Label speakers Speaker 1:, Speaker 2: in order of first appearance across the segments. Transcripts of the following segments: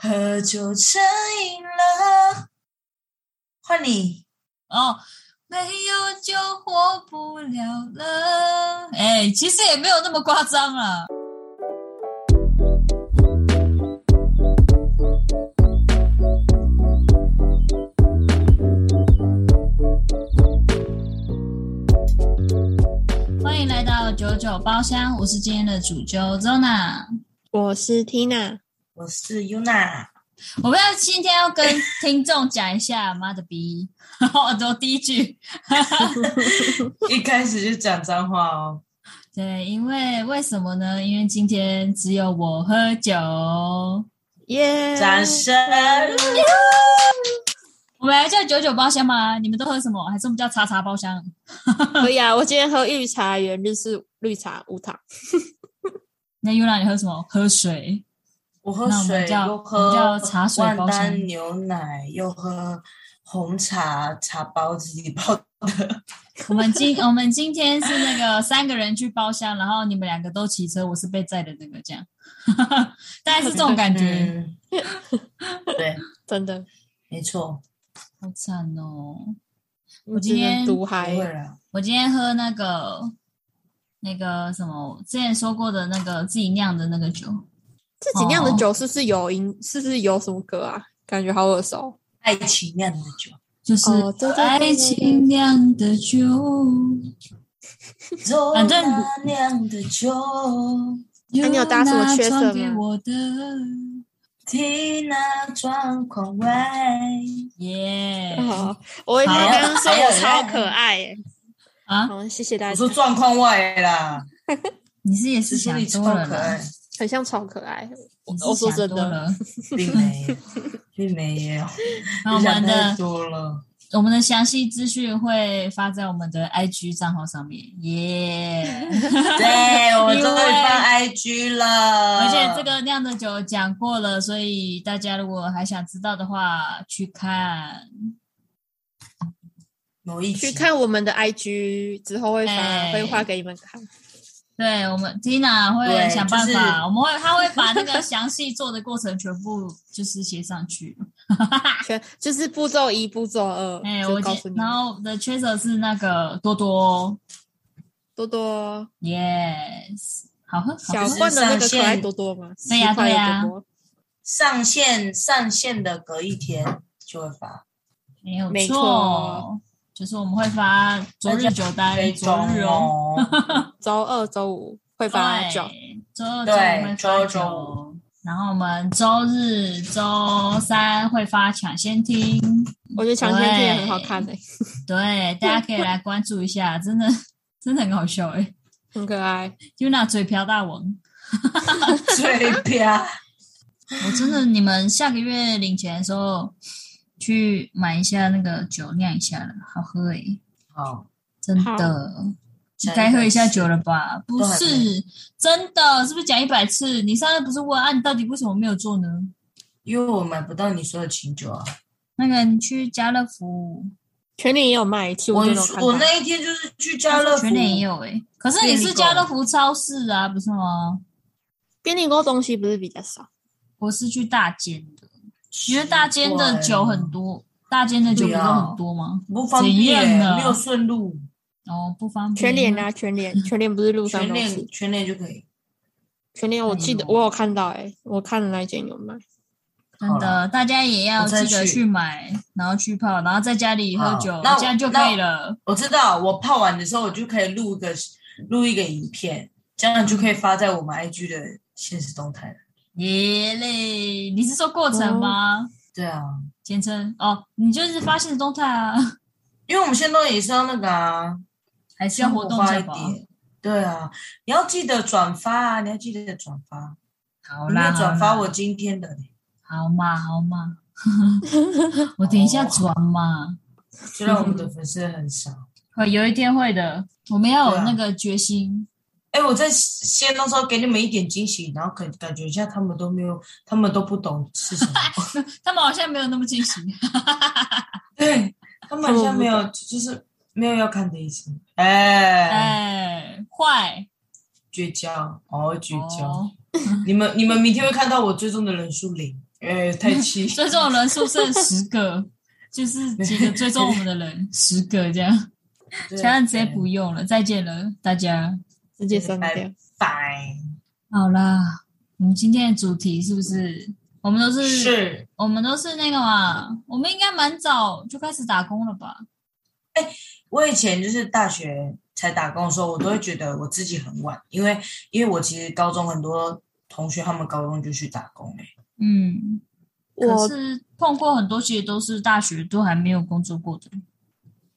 Speaker 1: 喝酒成瘾了。换你，
Speaker 2: 哦，没有就活不了了。哎，其实也没有那么夸张啊啦。欢迎来到九九包厢，我是今天的主揪 Zona。
Speaker 3: 我是 Tina，
Speaker 1: 我是 Yuna。
Speaker 2: 我们要今天要跟听众讲一下，妈的逼，然后都第一句，
Speaker 1: 一开始就讲脏话哦。
Speaker 2: 对，因为为什么呢？因为今天只有我喝酒。嗯
Speaker 3: 耶！
Speaker 1: 掌声！
Speaker 2: 我们来叫九九包厢吗？你们都喝什么？还是我们叫茶茶包厢？
Speaker 3: 可以啊！我今天喝绿茶园日式绿茶无糖，
Speaker 2: 那 Yuna 你喝什么？喝水。
Speaker 1: 我喝
Speaker 2: 那我们
Speaker 1: 水，
Speaker 2: 叫
Speaker 1: 又
Speaker 2: 我们
Speaker 1: 喝
Speaker 2: 叫茶水
Speaker 1: 万
Speaker 2: 包厢
Speaker 1: 丹牛奶，又喝红茶茶包自己包。
Speaker 2: 我们今我们今天是那个三个人去包厢，然后你们两个都骑车，我是被载的那个，这样， 大概是这种感觉。
Speaker 1: 嗯，对，
Speaker 3: 真的，
Speaker 1: 没错，
Speaker 2: 好惨哦！
Speaker 3: 我
Speaker 2: 今天
Speaker 3: 毒
Speaker 1: 不
Speaker 3: 嗨
Speaker 1: 会，了。
Speaker 2: 我今天喝那个那个什么，之前说过的那个自己酿的那个酒，
Speaker 3: 自己酿的
Speaker 2: 哦
Speaker 3: 酒是不是有音？是不是有什么歌啊？感觉好耳熟。
Speaker 1: 爱情酿的酒，
Speaker 2: 就是
Speaker 3: 哦对对对
Speaker 2: 爱情酿的酒。嗯反正
Speaker 1: 那酿的酒，
Speaker 3: 哎你有搭什么缺
Speaker 2: 有拿
Speaker 3: 色吗
Speaker 2: 传给我的
Speaker 1: 听那状况外。
Speaker 2: 耶
Speaker 3: 好，我以为
Speaker 2: 哎好
Speaker 3: 他刚刚说
Speaker 1: 还有
Speaker 3: 我超可爱耶。
Speaker 2: 啊！
Speaker 3: 好，谢谢大
Speaker 1: 我
Speaker 3: 家
Speaker 1: 说。状况外啦，
Speaker 2: 你是也
Speaker 1: 只
Speaker 2: 是
Speaker 1: 是
Speaker 2: 想
Speaker 1: 你超
Speaker 2: 多了
Speaker 1: 可
Speaker 2: 啦
Speaker 1: 爱，，
Speaker 3: 很像超可爱，
Speaker 2: 你是
Speaker 3: 哎我说
Speaker 2: 想
Speaker 3: 真
Speaker 2: 多
Speaker 3: 的
Speaker 2: 了。
Speaker 1: 并没有，哎并没有，
Speaker 2: 那我
Speaker 1: 你想
Speaker 2: 们
Speaker 1: 太
Speaker 2: 的
Speaker 1: 多了。
Speaker 2: 我们的详细资讯会发在我们的 IG 账号上面，耶、
Speaker 1: 对，我终于
Speaker 2: 因为
Speaker 1: 放 IG 了，
Speaker 2: 而且这个酿的酒讲过了，所以大家如果还想知道的话，去看。
Speaker 1: 某一集
Speaker 3: 去看我们的 IG 之后会发
Speaker 2: 哎
Speaker 3: 会发给你们看。
Speaker 2: 对我们 Tina 会
Speaker 1: 对
Speaker 2: 想办法，
Speaker 1: 就是
Speaker 2: 我们会他会把那个详细做的过程全部就是写上去。
Speaker 3: 全就是步骤一、步骤二，
Speaker 2: 哎、
Speaker 3: 就
Speaker 2: 我
Speaker 3: 告
Speaker 2: 今
Speaker 3: 诉你
Speaker 2: 然
Speaker 3: 们。
Speaker 2: 后我的缺手是那个多多
Speaker 3: 多多
Speaker 2: ，yes，好喝，好
Speaker 3: 小
Speaker 2: 喝
Speaker 1: 就是
Speaker 3: 罐的那
Speaker 1: 上
Speaker 3: 个可爱
Speaker 1: 线
Speaker 3: 多多吗？
Speaker 2: 对呀
Speaker 3: 十块的
Speaker 2: 对呀
Speaker 3: 多多
Speaker 1: 上线上线的隔一天就会发，
Speaker 2: 没有
Speaker 3: 没
Speaker 2: 错
Speaker 3: 错，
Speaker 2: 就是我们会发昨日酒单，昨日哦，
Speaker 1: 哦，
Speaker 3: 周二、周五会发
Speaker 2: 对，
Speaker 3: 酒，
Speaker 2: 周二周
Speaker 1: 对
Speaker 2: 五 会
Speaker 1: 周
Speaker 2: 发
Speaker 1: 二周
Speaker 2: 酒，然后我们周日、周三会发抢先听，
Speaker 3: 我觉得强奸片也很好看欸诶、
Speaker 2: 对，大家可以来关注一下，真的真的很好笑欸诶、
Speaker 3: 很可爱。
Speaker 2: Yuna 嘴瓢大王，
Speaker 1: 最啪。
Speaker 2: 我真的你们下个月领钱的时候去买一下那个酒酿一下了，好喝诶、
Speaker 1: 好，
Speaker 2: 真
Speaker 3: 好
Speaker 2: 的，
Speaker 1: 真的
Speaker 2: 该喝一下酒了吧？不
Speaker 1: 都还
Speaker 2: 是真的，是不是讲一百次？你上次不是问啊，你到底为什么没有做呢？
Speaker 1: 因为我买不到你说的琴酒啊，
Speaker 2: 那个你去家乐福，
Speaker 3: 全脸也有卖，其实
Speaker 1: 我
Speaker 3: 我就有看到。
Speaker 1: 我那一天就是去家乐福
Speaker 2: 全，年也有诶、可是你
Speaker 1: 便利
Speaker 2: 是
Speaker 1: 购
Speaker 2: 家乐福超市啊，不是吗？
Speaker 3: 便利购东西不是比较少，
Speaker 2: 我是去大间的，因为大间的酒很多，大间的酒不
Speaker 1: 对
Speaker 2: 都
Speaker 1: 啊
Speaker 2: 很多吗？
Speaker 1: 不方
Speaker 2: 怎
Speaker 1: 便
Speaker 2: 样，呢
Speaker 1: 没有顺路，
Speaker 2: 哦，不方便。
Speaker 3: 全脸啊，全脸，全脸不是路上
Speaker 1: 全
Speaker 3: 东
Speaker 1: 脸
Speaker 3: 西。
Speaker 1: 全脸就可以。
Speaker 3: 全脸我记得
Speaker 2: 哎呦
Speaker 3: 我有看到诶、我看了那一间有卖。
Speaker 2: 真
Speaker 1: 好
Speaker 2: 的，大家也要
Speaker 1: 我再
Speaker 2: 记得
Speaker 1: 去
Speaker 2: 去买，然后去泡，然后在家里喝
Speaker 1: 好
Speaker 2: 酒，
Speaker 1: 那我
Speaker 2: 这样就可以了。
Speaker 1: 我知道，我泡完的时候，我就可以录一个录一个影片，这样就可以发在我们 IG 的现实动态了。
Speaker 2: 耶嘞，你是说过程吗？
Speaker 1: 对啊，
Speaker 2: 简称哦，你就是发现实动态啊，
Speaker 1: 因为我们现在都也是要那个啊，
Speaker 2: 还是要活动一
Speaker 1: 发
Speaker 2: 下
Speaker 1: 一
Speaker 2: 吧。
Speaker 1: 点。对啊，你要记得转发啊！你要记得转发，
Speaker 2: 好
Speaker 1: 你没
Speaker 2: 啦，
Speaker 1: 有转发
Speaker 2: 好
Speaker 1: 我
Speaker 2: 啦
Speaker 1: 今天的，
Speaker 2: 好嘛 好嘛，我等一
Speaker 1: 哦
Speaker 2: 下转嘛，
Speaker 1: 虽然我 们的粉丝很少。
Speaker 2: 会有一天会的，我们要
Speaker 1: 对
Speaker 2: 有
Speaker 1: 啊
Speaker 2: 那个决心。
Speaker 1: 哎，我在先到时候给你们一点惊喜，然后感感觉一下他们都没有，他们都不懂是什么，
Speaker 2: 他们好像没有那么惊喜，
Speaker 1: 对他们好像没有，就是没有要看的意思。哎，
Speaker 2: 哎，坏
Speaker 1: 绝交，哦，绝交！
Speaker 2: 哦，，
Speaker 1: 你们你们明天会看到我追踪的人数零，哎，太气
Speaker 2: 追踪的人数剩十 个，就是几个追踪我们的人 十个这样，
Speaker 1: 对
Speaker 2: 其他人直接不用了，再见了大家。
Speaker 3: 直接删掉
Speaker 1: 拜。拜。
Speaker 2: 好啦，我们今天的主题是不是？我们都是，
Speaker 1: 是，
Speaker 2: 我们都是那个嘛，我们应该蛮早就开始打工了吧？
Speaker 1: 我以前就是大学才打工的时候，我都会觉得我自己很晚，因为因为我其实高中很多同学他们高中就去打工哎、
Speaker 2: 嗯，可
Speaker 3: 我
Speaker 2: 是碰过很多，其实都是大学都还没有工作过的。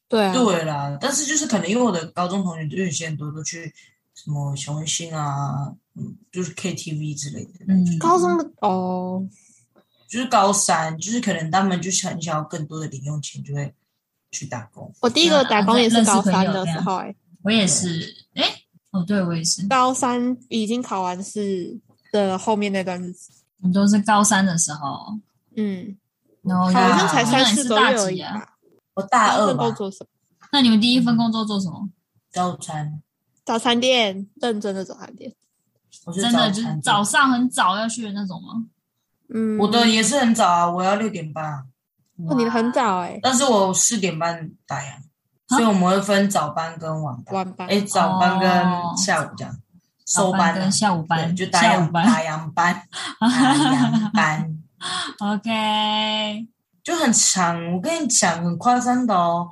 Speaker 3: 对啊，
Speaker 1: 对啦，但是就是可能因为我的高中同学就有些很多都去什么雄星啊，嗯，就是 KTV 之类的，
Speaker 2: 嗯，
Speaker 3: 高中的哦，
Speaker 1: 就是高三，就是可能他们就是很想要更多的零用钱，就会去打工。
Speaker 3: 我第一个打工也是高三
Speaker 2: 认识
Speaker 3: 的
Speaker 2: 朋友
Speaker 3: 时候、哎，
Speaker 2: 我也是，哎、哦，对我也是，
Speaker 3: 高三已经考完试的后面那段日子，
Speaker 2: 我们都是高三的时候，
Speaker 3: 嗯，
Speaker 2: 然后
Speaker 1: 好
Speaker 3: 好像
Speaker 1: 啊
Speaker 3: 才三
Speaker 2: 那你
Speaker 3: 四
Speaker 2: 是
Speaker 3: 左
Speaker 2: 大
Speaker 3: 右而
Speaker 2: 几
Speaker 3: 已
Speaker 2: 啊？
Speaker 3: 吧。
Speaker 1: 我大
Speaker 3: 高
Speaker 1: 二
Speaker 3: 中都
Speaker 1: 吧，
Speaker 3: 做什么？
Speaker 2: 那你们第一份工作做什么？
Speaker 1: 早餐，
Speaker 3: 早餐店，认真的早餐店。
Speaker 1: 我是
Speaker 2: 真的
Speaker 1: 早
Speaker 2: 就是
Speaker 1: 餐
Speaker 2: 早
Speaker 1: 店，
Speaker 2: 上很早要去的那种吗？
Speaker 3: 嗯，
Speaker 1: 我的也是很早啊，我要六点半啊。
Speaker 3: 哦，你的很
Speaker 2: 哇，
Speaker 3: 早哎，
Speaker 1: 但是我四点半打
Speaker 2: 啊
Speaker 1: 烊，所以我们会分早班跟晚班。
Speaker 3: 晚班
Speaker 1: 哎，早班
Speaker 2: 哦
Speaker 1: 跟下午这样，收
Speaker 2: 早
Speaker 1: 班啊
Speaker 2: 跟下午班，
Speaker 1: 对就打
Speaker 2: 下午
Speaker 1: 烊打
Speaker 2: 班。
Speaker 1: 烊班， 打烊班
Speaker 2: OK，
Speaker 1: 就很长。我跟你讲，很夸张的哦。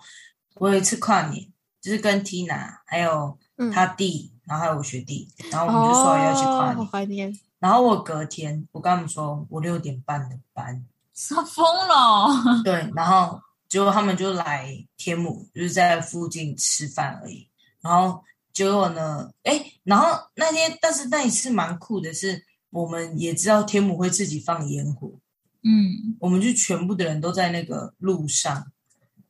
Speaker 1: 我有一次跨年，就是跟 Tina 还有
Speaker 3: 嗯，
Speaker 1: 他弟，然后还有我学弟，然后我们就说要一起跨
Speaker 3: 哦，好
Speaker 1: 年。
Speaker 3: 怀念。
Speaker 1: 然后我隔天，我跟他们说我六点半的班，
Speaker 2: 他疯了 哦，
Speaker 1: 对，然后结果他们就来天母，就是在附近吃饭而已。然后结果呢，哎，然后那天，但是那一次蛮酷的是，我们也知道天母会自己放烟火，
Speaker 2: 嗯，
Speaker 1: 我们就全部的人都在那个路上，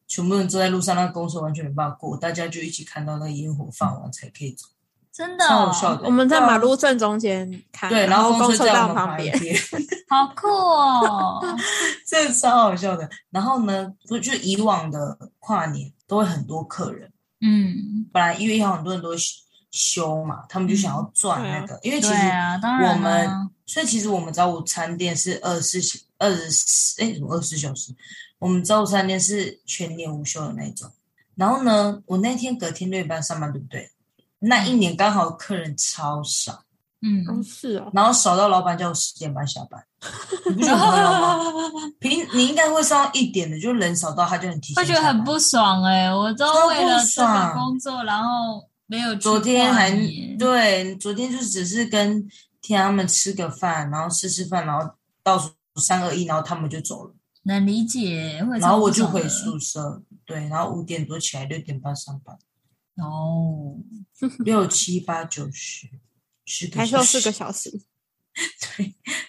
Speaker 1: 全部人都在路上，那个公车完全没办法过，大家就一起看到那个烟火放完才可以走，
Speaker 2: 真的
Speaker 1: 超
Speaker 2: 哦、
Speaker 1: 好笑的。
Speaker 3: 我们在
Speaker 1: 对啊
Speaker 3: 马路正中间看，
Speaker 1: 对，然
Speaker 3: 然
Speaker 1: 后
Speaker 3: 公
Speaker 1: 车
Speaker 3: 车
Speaker 1: 在我
Speaker 3: 道
Speaker 1: 们
Speaker 3: 旁边。
Speaker 1: 边，
Speaker 2: 好 酷哦，
Speaker 1: 这超好笑的。然后呢，就就以往的跨年都会很多客人。
Speaker 2: 嗯，
Speaker 1: 本来一月一号很多人都会休休嘛，他们就想要赚那个，因为其
Speaker 2: 对
Speaker 1: 实、
Speaker 2: 啊，当然、啊、
Speaker 1: 我们所以其实我们早午餐店是二十四二十四哎什么二十四小时，我们早午餐店是全年无休的那一种。然后呢，我那天隔天六点半上班，对不对？那一年刚好客人超少，
Speaker 3: 哦，
Speaker 2: 嗯，
Speaker 3: 是 哦，
Speaker 1: 然后少到老板叫我十点半下班，你不觉得很荒谬吗？平你应该会上到一点的，就人少到他就很提前
Speaker 2: 会
Speaker 1: 下
Speaker 2: 觉
Speaker 1: 班，
Speaker 2: 得很不爽哎、我都
Speaker 1: 超不
Speaker 2: 为了这个
Speaker 1: 爽
Speaker 2: 工作，然后没有去
Speaker 1: 昨天还
Speaker 2: 跨年
Speaker 1: 对，昨天就只是跟天他们吃个饭，然后吃吃饭，然后倒数三二一，然后他们就走了，
Speaker 2: 能理解，会
Speaker 1: 然后我就
Speaker 2: 超不爽
Speaker 1: 回
Speaker 2: 的
Speaker 1: 宿舍，对，然后五点多起来，六点半上班，
Speaker 2: 哦，
Speaker 1: 六七八九十，十个
Speaker 3: 还
Speaker 1: 小
Speaker 3: 剩
Speaker 1: 时
Speaker 3: 四个 小时。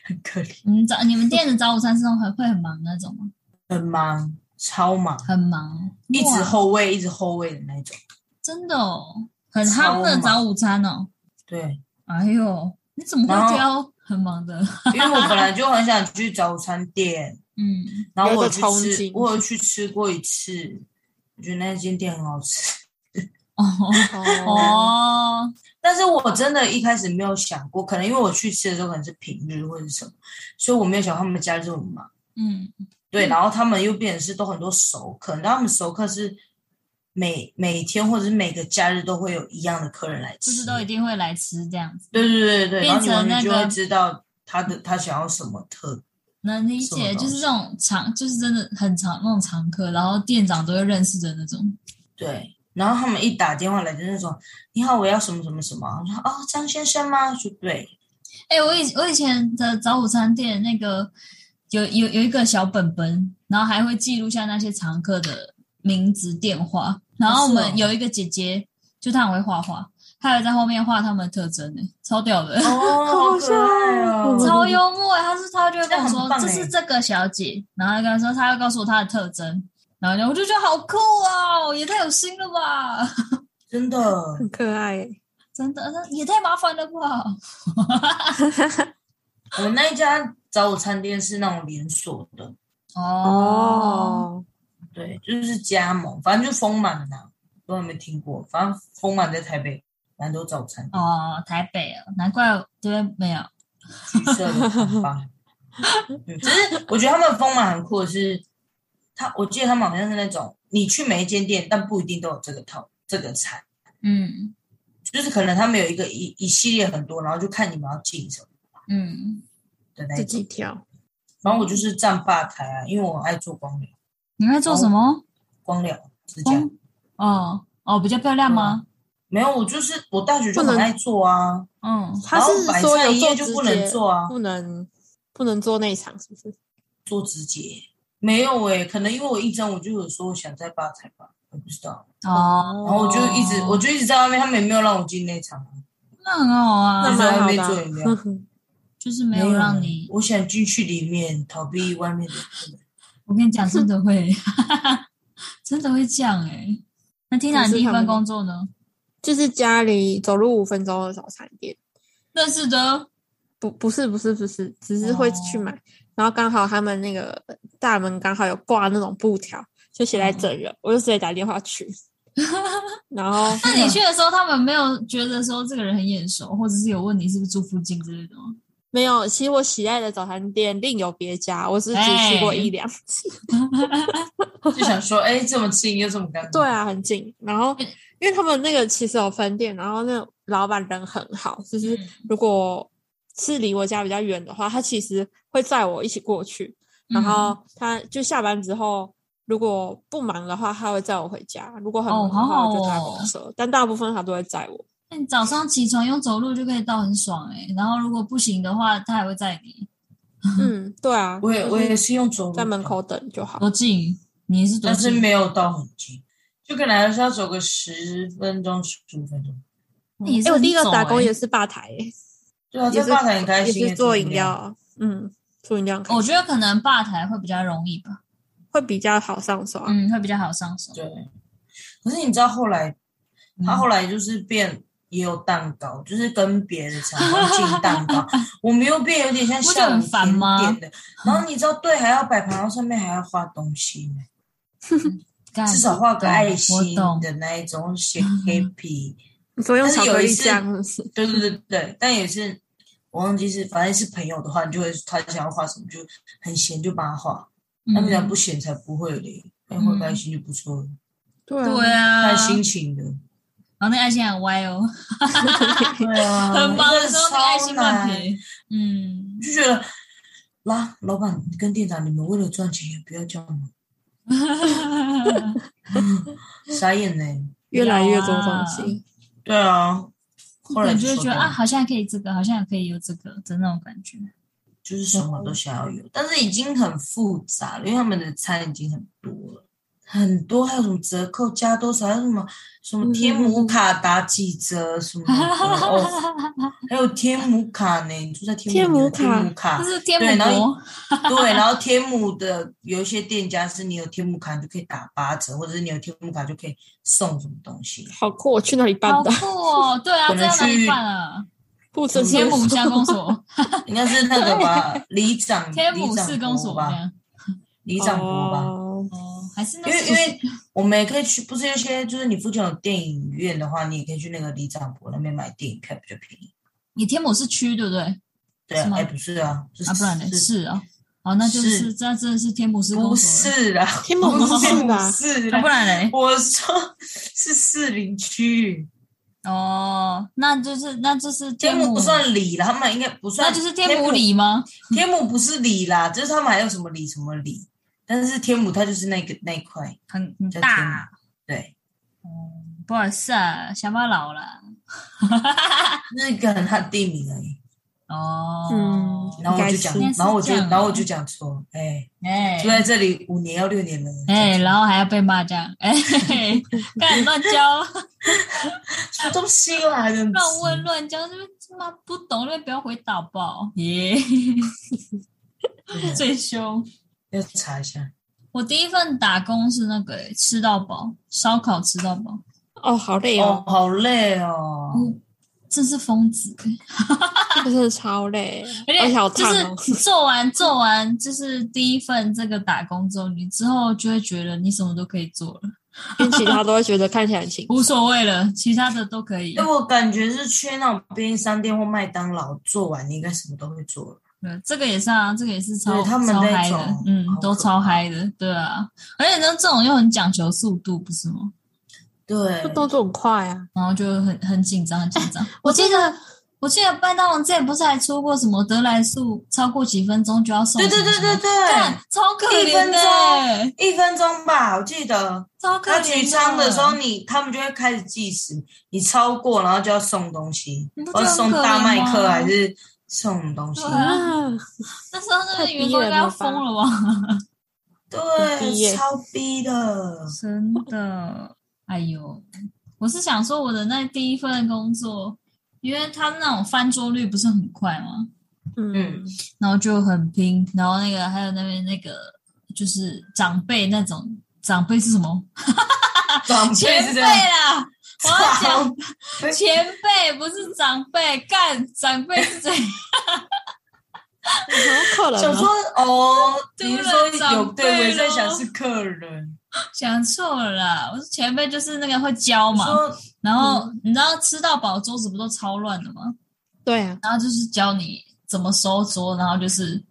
Speaker 1: 很可怜，
Speaker 2: 你们早你们店的早午餐是那种很会很忙那种吗？
Speaker 1: 很忙，超忙，
Speaker 2: 很忙，
Speaker 1: 一直
Speaker 2: 哇
Speaker 1: 后卫，一直后卫的那种，
Speaker 2: 真的哦，很
Speaker 1: 超
Speaker 2: 夯的
Speaker 1: 忙
Speaker 2: 早午餐哦。
Speaker 1: 对，
Speaker 2: 哎呦，你怎么
Speaker 1: 然
Speaker 2: 会
Speaker 1: 后
Speaker 2: 挑很忙的？
Speaker 1: 因为我本来就很想去早餐店，
Speaker 2: 嗯，
Speaker 1: 然后
Speaker 3: 有
Speaker 1: 我有
Speaker 3: 一个
Speaker 1: 去
Speaker 3: 憧
Speaker 1: 吃
Speaker 3: 憬，
Speaker 1: 我有去吃过一次，我觉得那间店很好吃。
Speaker 2: 哦
Speaker 3: 哦，
Speaker 2: 哦，
Speaker 1: 但是我真的一开始没有想过，可能因为我去吃的时候可能是平日或者是什么，所以我没有想到他们家这么忙。
Speaker 2: 嗯，
Speaker 1: 对，
Speaker 3: 嗯
Speaker 1: 然后他们又变成是都很多熟客，然后他们熟客是每每天或者是每个假日都会有一样的客人来吃，
Speaker 2: 就是都一定会来吃这样子，
Speaker 1: 对对对对，
Speaker 2: 变
Speaker 1: 然后你完
Speaker 2: 成
Speaker 1: 全就
Speaker 2: 那
Speaker 1: 会
Speaker 2: 个
Speaker 1: 知道他的他想要什么特，
Speaker 2: 能理
Speaker 1: 什么
Speaker 2: 解，
Speaker 1: 东
Speaker 2: 就是这种常，就是真的很常那种常客，然后店长都会认识的那种。
Speaker 1: 对。然后他们一打电话来就是那种，你好，我要什么什么什么。我说哦，张先生吗？说对，
Speaker 2: 哎，我以我以前的早午餐店那个有有有一个小本本，然后还会记录下那些常客的名字、电话。然后我
Speaker 1: 是哦
Speaker 2: 们有一个姐姐，就她很会画画，她还在后面画他们的特征呢，超屌的。
Speaker 1: 哦，好可爱
Speaker 3: 好像
Speaker 1: 哦，
Speaker 2: 超幽默欸，他是他就会跟我
Speaker 1: 这
Speaker 2: 说
Speaker 1: 很棒欸
Speaker 2: 这是这个小姐，然后他跟他说他要告诉我她的特征，然后我就觉得好酷哦，也太有心了吧，
Speaker 1: 真的。
Speaker 3: 很可爱耶。
Speaker 2: 真的，那也太麻烦了吧，
Speaker 1: 我们那一家早午餐店是那种连锁的，
Speaker 2: 哦，
Speaker 1: 对，就是加盟，反正就丰满呐、都还没听过。反正丰满在台北蛮多早餐店，
Speaker 2: 哦，台北哦，难怪对没有，
Speaker 1: 橘色的很棒。嗯，只是我觉得他们丰满很酷的是，他我记得他们好像是那种你去每一间店，但不一定都有这个套这个菜，
Speaker 2: 嗯
Speaker 1: 就是可能他们有一个一一系列很多，然后就看你们要进什么
Speaker 2: 嗯，
Speaker 1: 的那
Speaker 3: 自
Speaker 1: 一种。
Speaker 3: 己挑。
Speaker 1: 然后我就是站吧台啊，因为我爱做光疗，
Speaker 2: 你在
Speaker 1: 哦
Speaker 2: 做什么？
Speaker 1: 光疗指甲。
Speaker 2: 光哦哦，比较漂亮吗？
Speaker 1: 没有，我就是我大学就
Speaker 3: 不
Speaker 1: 很
Speaker 3: 能
Speaker 1: 爱做啊，
Speaker 2: 嗯
Speaker 3: 他是
Speaker 1: 然后
Speaker 3: 说
Speaker 1: 晚上
Speaker 3: 有
Speaker 1: 一夜
Speaker 3: 做
Speaker 1: 就
Speaker 3: 直
Speaker 1: 不能
Speaker 3: 接，
Speaker 1: 做啊，
Speaker 3: 不能不能做内场，是不是？
Speaker 1: 做直接没有诶、可能因为我应征，我就有说我想在吧台吧，我不知道，
Speaker 2: 哦，
Speaker 1: 然后我就一直、我就一直在外面，他们也没有让我进内场啊，
Speaker 2: 那很好
Speaker 1: 那
Speaker 2: 啊，
Speaker 1: 时候还
Speaker 3: 蛮好
Speaker 1: 没
Speaker 3: 的
Speaker 1: 做饮料
Speaker 3: 啊。
Speaker 2: 就是没有
Speaker 1: 欸
Speaker 2: 让你，
Speaker 1: 我想进去里面逃避外面的困难。
Speaker 2: 我跟你讲，真的会， 真的会这样哎、那听 i
Speaker 3: 就是
Speaker 2: 你第一
Speaker 3: 他
Speaker 2: 份
Speaker 3: 们
Speaker 2: 工作呢？
Speaker 3: 就是家里走路五分钟的早餐店，
Speaker 2: 认识的，
Speaker 3: 不不是不是不是，只是会
Speaker 2: 哦
Speaker 3: 去买。然后刚好他们那个大门刚好有挂那种布条，就写
Speaker 2: 嗯
Speaker 3: 在整人，我就直接打电话 去。然后
Speaker 2: 那你去的时候，他们没有觉得说这个人很眼熟，或者是有问你是不是住附近之类的吗？
Speaker 3: 没有，其实我喜爱的早餐店另有别家，我是只去
Speaker 2: 哎
Speaker 3: 过一两次。
Speaker 1: 就想说，哎、这么近又这么干净，
Speaker 3: 对啊，很近。然后
Speaker 2: 嗯
Speaker 3: 因为他们那个其实有分店，然后那老板人很好，就是
Speaker 2: 嗯
Speaker 3: 如果是离我家比较远的话，他其实会载我一起过去。然
Speaker 2: 嗯
Speaker 3: 后他就下班之后，如果不忙的话，他会载我回家；如果很
Speaker 2: 哦
Speaker 3: 忙的话，
Speaker 2: 好
Speaker 3: 我就搭
Speaker 2: 好哦哦
Speaker 3: 公车。但大部分他都会载我。
Speaker 2: 那你早上起床用走路就可以到很爽哎、然后如果不行的话，他还会载你
Speaker 3: 嗯，对啊，
Speaker 1: 我也
Speaker 3: 就是
Speaker 1: 我也是用走路
Speaker 3: 在门口，等就好。
Speaker 2: 多近？你是多
Speaker 1: 但是
Speaker 2: 近？
Speaker 1: 没有到很近，就可能还是要走个十分钟、十五分钟。
Speaker 2: 那也
Speaker 3: 哎、
Speaker 2: 是
Speaker 3: 我
Speaker 2: 很
Speaker 3: 第一个
Speaker 2: 走
Speaker 3: 打工
Speaker 2: 欸
Speaker 3: 也是吧台、欸
Speaker 1: 对啊，
Speaker 3: 也
Speaker 1: 在
Speaker 3: 是
Speaker 1: 吧台很开心，
Speaker 3: 也是做饮
Speaker 1: 料，
Speaker 3: 料，嗯，做饮料很开
Speaker 2: 我
Speaker 3: 心
Speaker 2: 觉得可能吧台会比较容易吧，
Speaker 3: 会比较好上手啊。
Speaker 2: 嗯，会比较好上手。
Speaker 1: 对。可是你知道后来他
Speaker 2: 嗯
Speaker 1: 后来就是变也有蛋糕，就是跟别的厂商进蛋糕， 我们又变有点像
Speaker 2: 不是
Speaker 1: 下午
Speaker 2: 很烦
Speaker 1: 甜
Speaker 2: 吗
Speaker 1: 点的。然后你知道，对，还要摆盘，然后上面还要画东西呢，
Speaker 2: 干
Speaker 1: 至少画个爱心
Speaker 2: 啊我懂。
Speaker 1: 的那一种， 写 happy。
Speaker 2: 嗯
Speaker 3: 你说用
Speaker 1: 但是
Speaker 3: 巧
Speaker 1: 有
Speaker 3: 克
Speaker 1: 一
Speaker 3: 力
Speaker 1: 次
Speaker 3: 酱是不是？
Speaker 1: 对对对对，但也是我忘记是，反正是朋友的话，你就会他想要画什么就很闲就把它画，
Speaker 2: 嗯
Speaker 1: 他们讲不闲才不会嘞，那会开心就不错
Speaker 2: 嗯
Speaker 1: 了，
Speaker 3: 对
Speaker 2: 对 啊，
Speaker 1: 看心情 的。
Speaker 2: 然后那个爱心很歪哦，
Speaker 1: 对啊，
Speaker 2: 很忙的
Speaker 1: 真
Speaker 2: 时候那个爱
Speaker 1: 超
Speaker 2: 心乱
Speaker 1: 难
Speaker 2: 撇。嗯，
Speaker 1: 就觉得，啦，老板跟店长，你们为了赚钱也不要这样 嘛，
Speaker 2: 嗯
Speaker 1: 傻眼呢、
Speaker 3: 越来越多
Speaker 2: 有啊
Speaker 3: 东西。
Speaker 1: 对啊，后来
Speaker 2: 你
Speaker 1: 就
Speaker 2: 就会
Speaker 1: 说
Speaker 2: 觉得
Speaker 1: 到
Speaker 2: 啊，好像可以这个，好像可以有这个的那种感觉。
Speaker 1: 就是什么
Speaker 2: 嗯
Speaker 1: 都想要有，但是已经很复杂了，因为他们的餐已经很多了。很多还有什么折扣加多少，还有什么什
Speaker 2: 嗯
Speaker 1: 么天母卡打几折什么的 哦，还有天母卡呢，住在天母
Speaker 3: 天母卡
Speaker 1: 天母卡
Speaker 2: 这 是天
Speaker 1: 对
Speaker 2: 母
Speaker 1: 然后
Speaker 2: 国，
Speaker 1: 对，然后天母的有一些店家是你有天母卡你就可以打八折，或者是你有天母卡就可以送什么东西。
Speaker 3: 好酷！我去那里办
Speaker 2: 好
Speaker 3: 的，
Speaker 2: 酷哦！对 啊，
Speaker 1: 可
Speaker 2: 这
Speaker 1: 能
Speaker 2: 样哪里
Speaker 1: 去
Speaker 2: 办啊？
Speaker 3: 不只是
Speaker 2: 天母加 工所，
Speaker 1: 应该是那个 吧，里长
Speaker 2: 天母
Speaker 1: 里长
Speaker 2: 市公
Speaker 1: 国
Speaker 2: 所这
Speaker 1: 吧，
Speaker 2: 样。
Speaker 1: 里长国吧。
Speaker 3: 哦
Speaker 2: 哦，还是那
Speaker 1: 因为
Speaker 2: 是
Speaker 1: 因为我们也可以去，不是有些就是你附近有电影院的话，你也可以去那个里长国那边买电影票比较便宜。
Speaker 2: 你天母是区对不对？啊，
Speaker 1: 对啊
Speaker 2: 是，吗
Speaker 1: 哎，不是啊，是
Speaker 2: 不然呢？
Speaker 1: 是
Speaker 2: 是啊，哦，那就是
Speaker 1: 是
Speaker 2: 这真的是天母市公
Speaker 1: 不
Speaker 2: 所了。
Speaker 1: 是 啦？
Speaker 3: 天母不是 吧
Speaker 1: 不是
Speaker 2: 啊，
Speaker 1: 啦
Speaker 2: 不，然嘞？
Speaker 1: 我说 是士林区，
Speaker 2: 哦，那就是那就是
Speaker 1: 天
Speaker 2: 母
Speaker 1: 母不，算里啦，他们应该不算，
Speaker 2: 那就是天母里吗？
Speaker 1: 天母不是里啦，就是他们还有什么里什么里，但是天母它就是那个那一块
Speaker 2: 很很
Speaker 1: 叫天母
Speaker 2: 大，，
Speaker 1: 对，
Speaker 2: 哦不好意思啊，乡巴佬啦。
Speaker 1: 那个很它地名而已。
Speaker 2: 哦，
Speaker 3: 嗯
Speaker 1: 然后我就讲
Speaker 3: 应
Speaker 2: 该，是
Speaker 1: 然后我就
Speaker 2: 应该是这样哦
Speaker 1: 然后我就讲错，哎，
Speaker 2: 哎
Speaker 1: 住在这里五年要六年了，
Speaker 2: 哎，然后还要被骂这样，哎， 嘿嘿干乱教，
Speaker 1: 什么东西啦，还能
Speaker 2: 乱问乱教，这边他妈不懂，那边不要回答吧，耶，最凶。
Speaker 1: 啊要查一下，
Speaker 2: 我第一份打工是那个欸吃到饱，烧烤吃到饱，
Speaker 3: 哦，好累
Speaker 1: 哦
Speaker 3: 哦，，
Speaker 1: 好累哦，
Speaker 2: 哎嗯真是疯子欸。
Speaker 3: 真的超累，
Speaker 2: 而
Speaker 3: 而且好
Speaker 2: 且
Speaker 3: 烫哦。
Speaker 2: 就是做完做完就是第一份这个打工之后，你之后就会觉得你什么都可以做了，
Speaker 3: 因为其他都会觉得看起来很轻 松。
Speaker 2: 无所谓了，其他的都可以
Speaker 1: 因为。我感觉是去那种便利商店或麦当劳做完，你应该什么都会做了，
Speaker 2: 对，这个也是啊，这个也是超
Speaker 1: 对他们
Speaker 2: 超
Speaker 1: 那
Speaker 2: 嗨的
Speaker 1: 种，
Speaker 2: 嗯
Speaker 1: 好，
Speaker 2: 都
Speaker 1: 可
Speaker 2: 超
Speaker 1: 怕
Speaker 2: 嗨的，对啊，而且呢，这种又很讲求速度，不是吗？
Speaker 1: 对
Speaker 3: 就，动作很快啊。
Speaker 2: 然后就很很紧张，很紧 张。
Speaker 3: 我
Speaker 2: 我记
Speaker 3: 真的
Speaker 2: 得，我记得麦当劳之前不是还出过什么得来速超过几分钟就要送
Speaker 1: 对
Speaker 2: 什么
Speaker 1: 对
Speaker 2: 什么？
Speaker 1: 对对
Speaker 2: 干
Speaker 1: 对，
Speaker 2: 超可
Speaker 1: 一
Speaker 2: 怜
Speaker 1: 分
Speaker 2: 的、欸，
Speaker 1: 一分钟吧，我记得。
Speaker 2: 超可
Speaker 1: 他
Speaker 2: 怜。
Speaker 1: 举枪的时候，，你他们就会开始计时，你超过然后就要送东西
Speaker 2: 你不，觉
Speaker 1: 要
Speaker 2: 得
Speaker 1: 送
Speaker 2: 很可
Speaker 1: 大
Speaker 2: 怜
Speaker 1: 麦
Speaker 2: 吗
Speaker 1: 克还是送东西
Speaker 2: 对？啊
Speaker 3: 啊，
Speaker 2: 那时候那
Speaker 3: 太
Speaker 2: 个
Speaker 3: 逼
Speaker 2: 员工应
Speaker 3: 人
Speaker 2: 该要
Speaker 3: 了吧
Speaker 2: 疯了 吧？
Speaker 1: 对，
Speaker 3: 逼耶
Speaker 1: 超逼的。
Speaker 2: 真的，哎呦，我是想说我的那第一份工作，因为他们那种翻桌率不是很快吗？
Speaker 3: 嗯，
Speaker 2: 然后就很拼，然后那个还有那边那个就是长辈那种长辈是什么？
Speaker 1: 长辈
Speaker 2: 啊前
Speaker 1: 是
Speaker 2: 辈
Speaker 1: 这样，
Speaker 2: 啦，我要讲
Speaker 1: 辈
Speaker 2: 前辈不是长辈，干长辈是怎样？
Speaker 3: 好可能
Speaker 1: 想说
Speaker 3: 哦。
Speaker 1: 哦，
Speaker 2: 对
Speaker 1: 你是
Speaker 2: 了
Speaker 1: 说有对，
Speaker 2: 长
Speaker 1: 嗯我
Speaker 2: 辈
Speaker 1: 也在
Speaker 2: 咯
Speaker 1: 想是客人，
Speaker 2: 讲错了啦，我说前辈就是那个会教嘛，
Speaker 1: 说嗯
Speaker 2: 然后你知道吃到饱桌子不都超乱的吗？
Speaker 3: 对啊，
Speaker 2: 然后就是教你怎么收桌，然后就是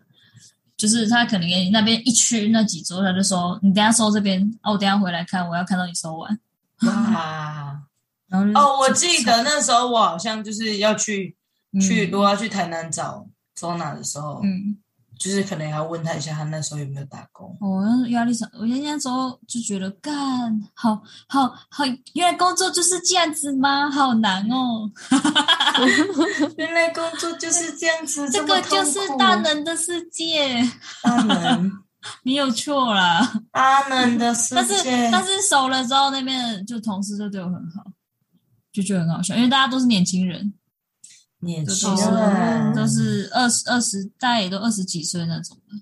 Speaker 2: 就是他可能给你那边一区那几桌，他就说你等一下收这边，哦，我等一下回来看，我要看到你收完。
Speaker 1: 哇。
Speaker 2: 然后就
Speaker 1: 哦，我记得那时候我好像就是要去去，
Speaker 2: 嗯
Speaker 1: 如果要去台南找周娜的时候，
Speaker 2: 嗯，
Speaker 1: 就是可能也要问他一下，他那时候有没有打工。
Speaker 2: 我那压力上，我那时候就觉得干，好好好，原来工作就是这样子吗？好难哦，
Speaker 1: 原来工作就是这样子，
Speaker 2: 这
Speaker 1: 么
Speaker 2: 个就
Speaker 1: 痛
Speaker 2: 是
Speaker 1: 苦
Speaker 2: 大人的世界，
Speaker 1: 大能
Speaker 2: 你有错啦。
Speaker 1: 大能的世
Speaker 2: 但是
Speaker 1: 界。
Speaker 2: 但是熟了之后，那边就同事就对我很好，就觉得很好笑，因为大家都是年轻人，
Speaker 1: 年
Speaker 2: 就
Speaker 1: 轻
Speaker 2: 都是
Speaker 1: 人
Speaker 2: 都是二十二十，大概也都二十几岁那种的。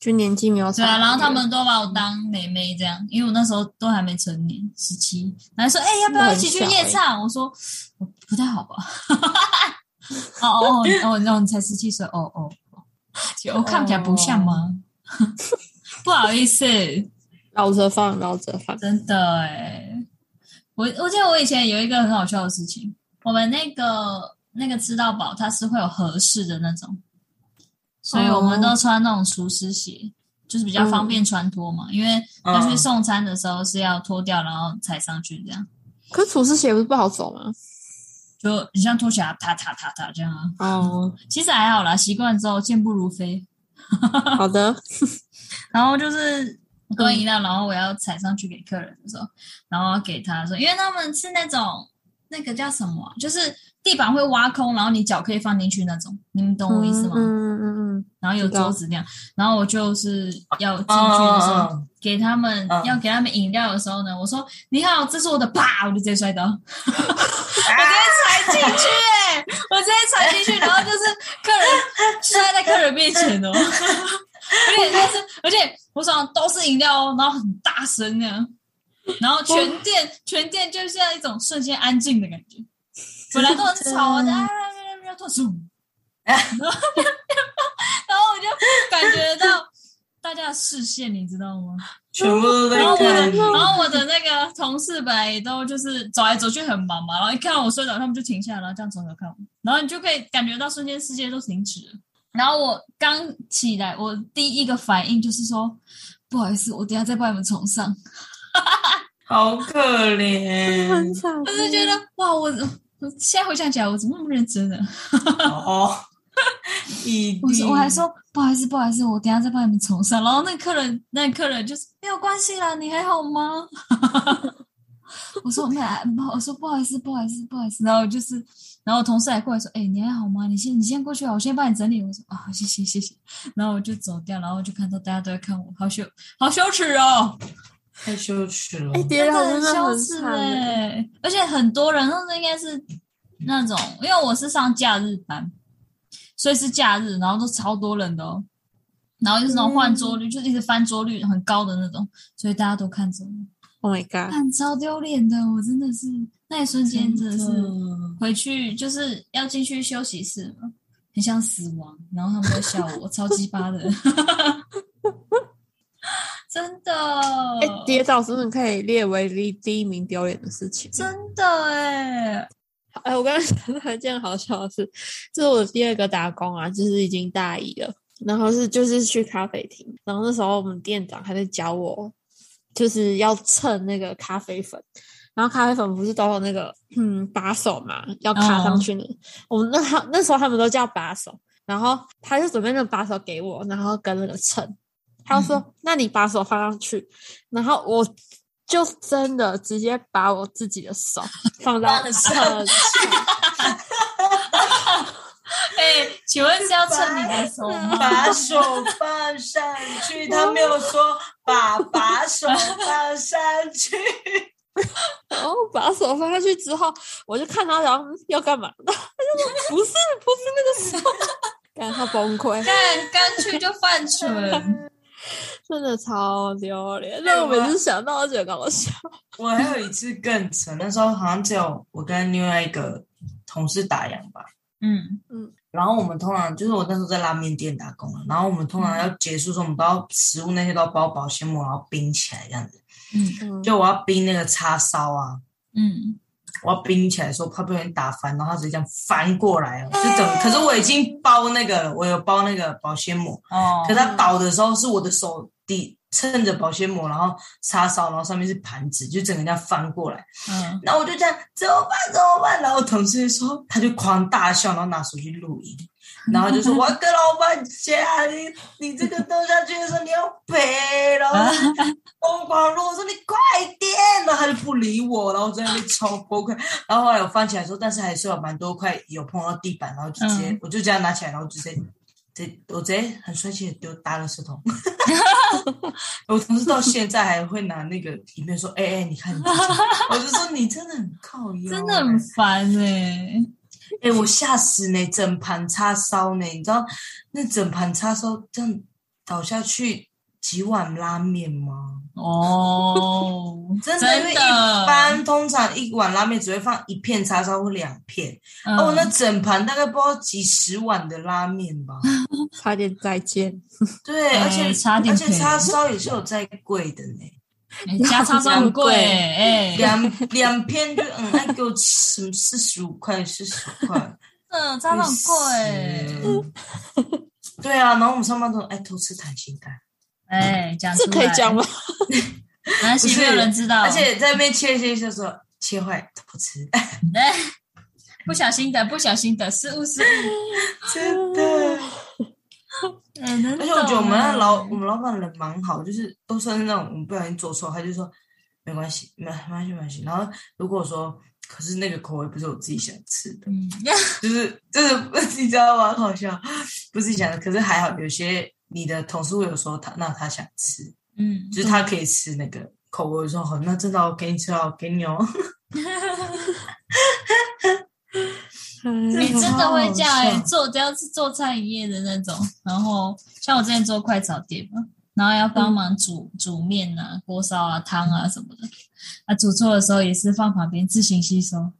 Speaker 3: 就年纪没有差。
Speaker 2: 对啊，然后他们都把我当妹妹这样，因为我那时候都还没成年，十七，然后说哎、要不要一起去夜唱？我说我不太好吧。 哦哦哦哦，那你才十七岁，哦哦，就我看起来不像吗？ 不好意思，
Speaker 3: 老着放，老着放。
Speaker 2: 真的哎、我我记得我以前有一个很好笑的事情，我们那个那个吃到饱它是会有合适的那种，所以我们都穿那种厨师鞋，就是比较方便穿脱嘛，因为要去送餐的时候是要脱掉然后踩上去这样，
Speaker 3: 可是厨师鞋不是不好走吗？
Speaker 2: 就你像拖鞋啊，踏踏踏踏这样啊，
Speaker 3: 哦，
Speaker 2: 其实还好啦，习惯之后健步如飞。
Speaker 3: 好的，
Speaker 2: 然后就是
Speaker 3: 嗯
Speaker 2: 端饮料，然后我要踩上去给客人的时候，然后给他说，因为他们是那种那个叫什么啊、就是地板会挖空，然后你脚可以放进去那种，你 们懂我意思吗？
Speaker 3: 嗯嗯嗯嗯，
Speaker 2: 然后有
Speaker 3: 知道
Speaker 2: 桌子那样，然后我就是要进去的时候，
Speaker 1: 哦，
Speaker 2: 给他们、
Speaker 1: 嗯
Speaker 2: 要给他们饮料的时候呢，我说你好，这是我的，啪，我就直接摔倒，我
Speaker 1: 嗯
Speaker 2: 直接踩进去、欸，我直接踩进去，然后就是客人摔在客人面前哦，而且但是而且我手上都是饮料哦，然后很大声那样，然后全店全店就像一种瞬间安静的感觉，
Speaker 1: 哎
Speaker 2: 本来都很吵啊，
Speaker 1: 真
Speaker 2: 就
Speaker 1: 的
Speaker 2: 啊啊啊啊啊，然后我就感觉到大家的视线，你知道吗？
Speaker 1: 全部都在
Speaker 2: 然后我的，
Speaker 1: 看你。
Speaker 2: 然后我的那个同事本来也都就是走来走去很忙嘛，然后一看到我摔倒，他们就停下来，然后这样走走看我，然后你就可以感觉到瞬间世界都停止了。然后我刚起来，我第一个反应就是说，不好意思，我等一下再帮你们重上。
Speaker 1: 好可怜
Speaker 3: 很惨。
Speaker 2: 我就觉得哇，我我现在回想起来，我怎么那么认真呢？
Speaker 1: 哦。一
Speaker 2: 我
Speaker 1: 定
Speaker 2: 说我还说不好意思，不好意思，我等一下再帮你们重上。然后那客人，那客人就是没有关系啦，你还好吗？ 我说没有，哎不，我说不好意思，不好意思，不好意思。然后就是，然后同事还过来说，哎、你还好吗？你先你先过去啊，我先帮你整理。我说啊、谢谢谢谢。然后我就走掉，然后我就看到大家都在看我，好羞好羞耻哦，
Speaker 1: 太羞耻了
Speaker 3: 哎，。别
Speaker 2: 真
Speaker 3: 人
Speaker 2: 的
Speaker 3: 真的
Speaker 2: 羞
Speaker 3: 很
Speaker 2: 耻
Speaker 3: 惨
Speaker 2: 哎、
Speaker 3: 欸。
Speaker 2: 而且很多人那时候应该是那种，因为我是上假日班，所以是假日，然后都超多人的哦。然后就是那种换
Speaker 3: 嗯
Speaker 2: 桌率，就是一直翻桌率很高的那种，所以大家都看着我，
Speaker 3: Oh my god！
Speaker 2: 看超丢脸的，我真的是那一瞬间真的是
Speaker 1: 嗯
Speaker 2: 回去就是要进去休息室嘛，很像死亡，然后他们都笑我，我超鸡巴的， 真的，
Speaker 3: 哎，跌倒真的可以列为第第一名丢脸的事情。
Speaker 2: 真的哎、
Speaker 3: 哎，我刚 刚想到一件好笑的事，这是我第二个打工啊，就是已经大一了，然后是就是去咖啡厅，然后那时候我们店长还在教我，就是要称那个咖啡粉，然后咖啡粉不是都有那个嗯把手嘛，要卡上去呢。我们那他那时候他们都叫把手，然后他就准备那个把手给我，然后跟那个秤，他就说：“那你把手放上去。”然后我就真的直接把我自己的手放到呃
Speaker 1: 放上
Speaker 3: 秤上。
Speaker 2: 哎，请问是要蹭你的手吗？
Speaker 1: 把手放上去，他没有说把把手放上去，
Speaker 3: 然后把手放下去之后，我就看他，然后嗯要干嘛？ 然后他就说：“不是，不是那个手。” 感到崩溃，
Speaker 2: 干干脆就犯 蠢，
Speaker 3: 真的超丢脸。那我每次想到都觉得搞笑。
Speaker 1: 我还有一次更扯，那时候好像只有我跟另外一个同事打烊吧。
Speaker 2: 嗯，
Speaker 1: 然后我们通常就是我那时候在拉面店打工啊，然后我们通常要结束的时候，我们都要食物那些都要包保鲜膜，然后冰起来这样子。
Speaker 3: 嗯
Speaker 1: 就我要冰那个叉烧啊，
Speaker 2: 嗯，
Speaker 1: 我要冰起来的时候，怕被人打翻，然后他直接这样翻过来哦，就整。可是我已经包那个了，我有包那个保鲜膜，
Speaker 2: 哦
Speaker 1: 可他倒的时候是我的手底撑着保鲜膜，然后叉烧，然后上面是盘子，就整个这样翻过来。
Speaker 2: 嗯，
Speaker 1: 然后我就这样怎么办怎么办？然后我同事就说，他就狂大笑，然后拿手机录音，然后就说我要跟老板讲，你你这个掉下去的时候你要赔，然后疯狂录，我说你快点，然后他就不理我，然后我在那边超崩溃。然后后来我翻起来的时候，但是还是有蛮多块有碰到地板，然后就直接、
Speaker 2: 嗯
Speaker 1: 我就这样拿起来，然后直接。直我直接很帅气的丢搭了石头，我同事到现在还会拿那个影片说：“哎、哎、你看你自己。”我就说你真的很靠腰、欸
Speaker 2: 真的很烦哎，
Speaker 1: 哎、我吓死呢！整盘叉烧呢，你知道那整盘叉烧这样倒下去几碗拉面吗？
Speaker 2: 哦，
Speaker 1: 真的，因为
Speaker 2: 真
Speaker 1: 一
Speaker 2: 的，
Speaker 1: 般通常一碗拉面只会放一片叉烧或两片，
Speaker 2: 嗯
Speaker 1: 哦，那整盘大概不知道几十碗的拉面吧。
Speaker 3: 差点再见，
Speaker 1: 对，
Speaker 2: 嗯哎
Speaker 1: 而且
Speaker 2: 差点
Speaker 1: 而且
Speaker 2: 可以
Speaker 1: 叉烧也是有再贵的呢，
Speaker 2: 哎加叉烧很贵哎，真
Speaker 1: 两两片就嗯，那给我吃什么四十五块，四十五块。
Speaker 2: 的叉烧很贵
Speaker 1: 嗯。对啊，然后我们上班都很爱偷吃溏心蛋，
Speaker 2: 哎，讲
Speaker 3: 这可以讲吗？？
Speaker 2: 没关
Speaker 1: 不
Speaker 2: 系，
Speaker 1: 是
Speaker 2: 没有人知道，
Speaker 1: 而且在那边切切就说切坏偷吃，
Speaker 2: 哎不小心的，不小心的，失误失误，
Speaker 1: 真的。
Speaker 2: 哎，真的哦
Speaker 1: 而且我觉得我们那老我们老板人蛮好，就是都算是那种我们不小心做错，他就说没关系，没没关系，没关系。然后如果说可是那个口味不是我自己想吃的，
Speaker 2: 嗯，
Speaker 1: 就是就是 你知道吗？很好笑，不是想的，可是还好有些你的同事会有说他那他想吃，
Speaker 2: 嗯，
Speaker 1: 就是他可以吃那个口味，我说哦好，那真的我给你吃了，给你哦。
Speaker 2: 你真
Speaker 3: 嗯
Speaker 2: 的会这样
Speaker 1: 好好
Speaker 2: 哎、
Speaker 1: 笑
Speaker 2: 做只要是做餐饮业的那种，然后像我之前做快炒店嘛，然后要帮忙煮、煮面啊、锅烧啊、汤啊什么的，啊，煮错的时候也是放旁边自行吸收，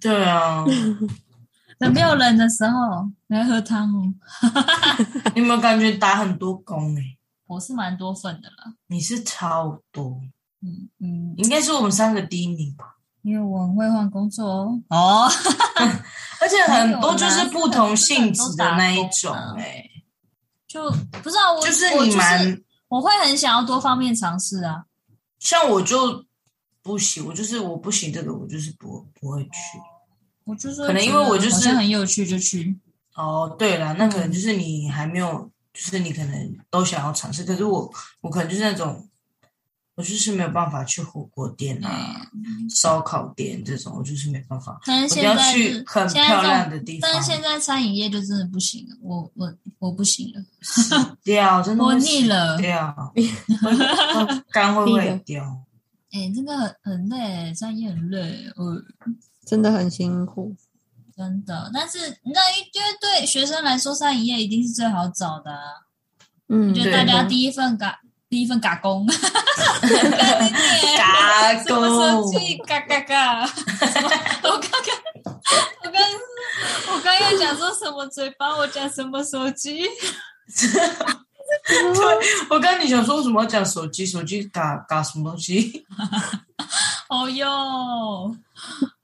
Speaker 1: 对啊，
Speaker 2: 等没有人的时候来喝汤哦。
Speaker 1: 你有没有感觉打很多工哎、
Speaker 2: 我是蛮多份的啦，
Speaker 1: 你是超多，
Speaker 2: 嗯嗯，
Speaker 1: 应该是我们三个第一名吧。
Speaker 2: 因为我很会换工作哦。哦，
Speaker 1: 而且很多就
Speaker 2: 没有啦
Speaker 1: 是不同性质的那一种
Speaker 2: 真的都打工啊
Speaker 1: 哎、
Speaker 2: 就不知道我
Speaker 1: 就是
Speaker 2: 啊我
Speaker 1: 你蛮、
Speaker 2: 就是我会很想要多方面尝试啊。
Speaker 1: 像我就不行，我就是我不行这个，我就是不不会去。
Speaker 2: 我就是会
Speaker 1: 可能因
Speaker 2: 觉得
Speaker 1: 为我就是
Speaker 2: 好像很有趣就去，
Speaker 1: 哦，对了，那可能就是你还没有，就是你可能都想要尝试，可是我我可能就是那种，我就是没有办法去火锅店啊、烧烤店这种，我就是没办法。
Speaker 2: 嗯但是
Speaker 1: 我就
Speaker 2: 现
Speaker 1: 要
Speaker 2: 在
Speaker 1: 去
Speaker 2: 是
Speaker 1: 很
Speaker 2: 现在
Speaker 1: 漂
Speaker 2: 这种
Speaker 1: 亮的地方
Speaker 2: 但，是现在餐饮业就真的不行了，我我我不行了，
Speaker 1: 掉真的
Speaker 2: 我
Speaker 1: 会
Speaker 2: 腻了。
Speaker 1: 掉， 会肝会不
Speaker 3: 腻
Speaker 1: 会
Speaker 3: 了
Speaker 1: 掉？
Speaker 2: 哎、真的很很累，餐饮业很累，呃，
Speaker 3: 真的很辛苦。
Speaker 2: 真的。但是那因为对学生来说，餐饮业一定是最好找的、啊。
Speaker 3: 嗯，
Speaker 2: 我觉得
Speaker 1: 对
Speaker 2: 大家
Speaker 3: 对
Speaker 2: 第一份嘎，第一份嘎工， 赶紧点
Speaker 1: 嘎
Speaker 2: 什么
Speaker 1: 狗
Speaker 2: 生气？嘎嘎嘎！ 什么我刚刚，我刚，我刚要讲说什么嘴巴，我讲什么手机。
Speaker 1: 对，我跟你想说为什么要讲手机？手机打打什么东西？
Speaker 2: 哦哟，哦，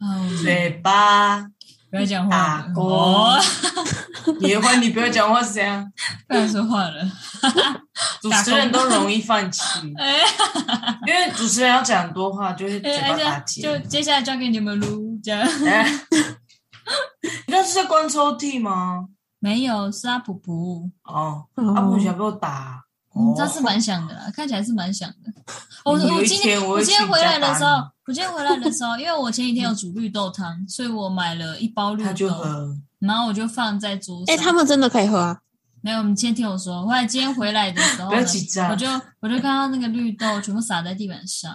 Speaker 2: 嗯
Speaker 1: 嘴巴
Speaker 2: 不要讲话
Speaker 1: 打
Speaker 2: 了，
Speaker 1: 勾
Speaker 2: 哦，
Speaker 1: 也会，你不要讲话是这样，
Speaker 2: 不要说话了。
Speaker 1: 主持人都容易放弃，
Speaker 2: 哎
Speaker 1: 因为主持人要讲多话，就会 嘴
Speaker 2: 哎，
Speaker 1: 巴打
Speaker 2: 而且
Speaker 1: 结。
Speaker 2: 就接下来交给你们撸，这样
Speaker 1: 哎你那是在关抽屉吗？
Speaker 2: 没有是阿普普，
Speaker 1: 哦，阿
Speaker 3: 哦
Speaker 1: 布想被我打，
Speaker 2: 嗯
Speaker 1: 哦，
Speaker 2: 这次蛮想的啦，看起来是蛮想 的。我
Speaker 1: 有
Speaker 2: 我
Speaker 1: 一
Speaker 2: 今
Speaker 1: 天
Speaker 2: 天
Speaker 1: 我
Speaker 2: 我
Speaker 1: 会
Speaker 2: 今天
Speaker 1: 请
Speaker 2: 回
Speaker 1: 假
Speaker 2: 来的
Speaker 1: 打
Speaker 2: 时
Speaker 1: 你
Speaker 2: 候，我今天回来的时候，因为我前几天有煮绿豆汤，所以我买了一包绿
Speaker 1: 他就
Speaker 2: 豆，
Speaker 1: 喝，
Speaker 2: 然后我就放在桌上。
Speaker 3: 哎、他们真的可以喝啊？
Speaker 2: 没有，你先听我说。后来今天回来的时候
Speaker 1: 不
Speaker 2: 呢
Speaker 1: 要，啊紧张，
Speaker 2: 我就我就看到那个绿豆全部洒在地板上，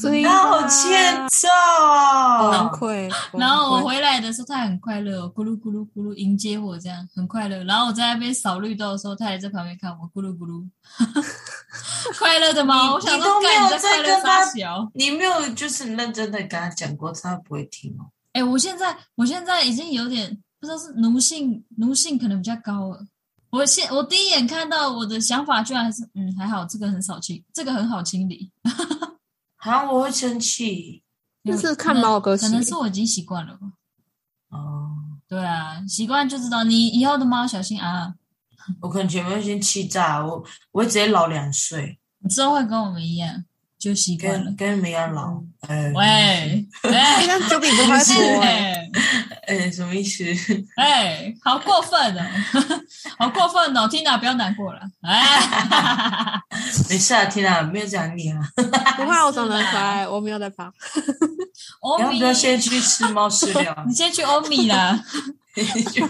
Speaker 3: 所
Speaker 1: 他好欠揍啊
Speaker 3: 崩！溃。
Speaker 2: 然后我
Speaker 3: 崩溃
Speaker 2: 回来的时候，它很快乐、哦，咕噜咕噜咕噜迎接我，这样很快乐。然后我在那边扫绿豆的时候，它也在旁边看我，咕噜咕噜， 快乐的猫。我想
Speaker 1: 你都
Speaker 2: 说，
Speaker 1: 没有
Speaker 2: 干你在
Speaker 1: 在
Speaker 2: 快乐
Speaker 1: 跟它
Speaker 2: 啥小？
Speaker 1: 你没有就是很认真的跟他讲过，他不会听哦。
Speaker 2: 哎、我现在我现在已经有点不知道是奴性，奴性可能比较高了。我现我第一眼看到我的想法居然还是嗯还好，这个很少清，这个很好清理。
Speaker 1: 啊，我会生气
Speaker 3: 那是
Speaker 2: 可
Speaker 3: 看
Speaker 2: 能
Speaker 3: 猫哥
Speaker 2: 可
Speaker 3: 系
Speaker 2: 能
Speaker 3: 列
Speaker 2: 是我已经习惯了吧。
Speaker 1: 哦，
Speaker 2: 对啊，习惯就知道。你以后的猫小心啊！
Speaker 1: 我可能前面先气炸，我我会直接老两岁，
Speaker 2: 你之后会跟我们一样，就习惯了
Speaker 1: 跟。跟你们一样老。哎、
Speaker 2: 嗯 喂，哎
Speaker 3: 哎， 那九比不会
Speaker 2: 是
Speaker 3: 说、欸，
Speaker 2: 哎
Speaker 1: 哎、什么意思？
Speaker 2: 哎，好过分哦， 好过分哦！Tina 不要难过了， 哎，
Speaker 1: 没事啊，天啊，没有讲你啊。
Speaker 3: 不怕我长得很可爱，我没有在怕。
Speaker 2: 欧
Speaker 1: 你要
Speaker 2: 米
Speaker 1: 不，要先去吃猫饲料
Speaker 2: 你？先去欧米啦。
Speaker 3: 九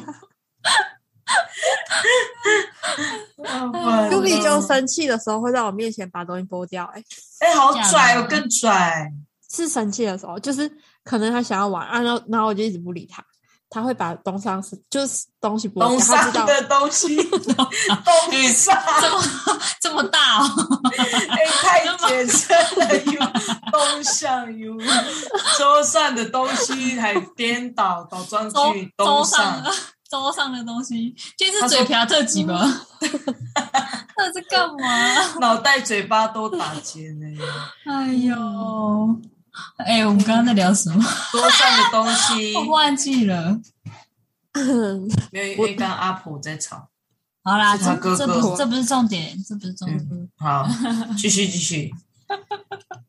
Speaker 1: 就
Speaker 3: 比就生气的时候会在我面前把东西剥掉、欸，哎，
Speaker 1: 哦哎，好拽哦，更拽！
Speaker 3: 是生气的时候，就是可能他想要玩啊，然后然后我就一直不理他，他会把东上是就是东西剥掉，
Speaker 1: 东
Speaker 3: 他
Speaker 1: 上
Speaker 3: 知道
Speaker 1: 的东西， 东上，
Speaker 2: 这么这么大哦，
Speaker 1: 哎，太简称了哟，东上 哟，桌上的东西还颠倒倒装
Speaker 2: 周
Speaker 1: 句，
Speaker 2: 周
Speaker 1: 东
Speaker 2: 上
Speaker 1: 上
Speaker 2: 的。 周上的东西，今天
Speaker 1: 他
Speaker 2: 是
Speaker 1: 说
Speaker 2: 嘴瓢特辑吧？ 那是干嘛？
Speaker 1: 脑袋、嘴巴都打结呢。
Speaker 2: 哎呦，
Speaker 1: 嗯
Speaker 2: 哎、我们刚刚在聊什么？
Speaker 1: 桌上的东 西
Speaker 2: 我忘记了。
Speaker 1: 没有，因为刚刚阿婆在吵。
Speaker 2: 好啦，
Speaker 1: 是
Speaker 2: 这
Speaker 1: 他哥
Speaker 2: 这不
Speaker 1: 哥
Speaker 2: 这不是重点，这不是重点。
Speaker 1: 好，继续继续。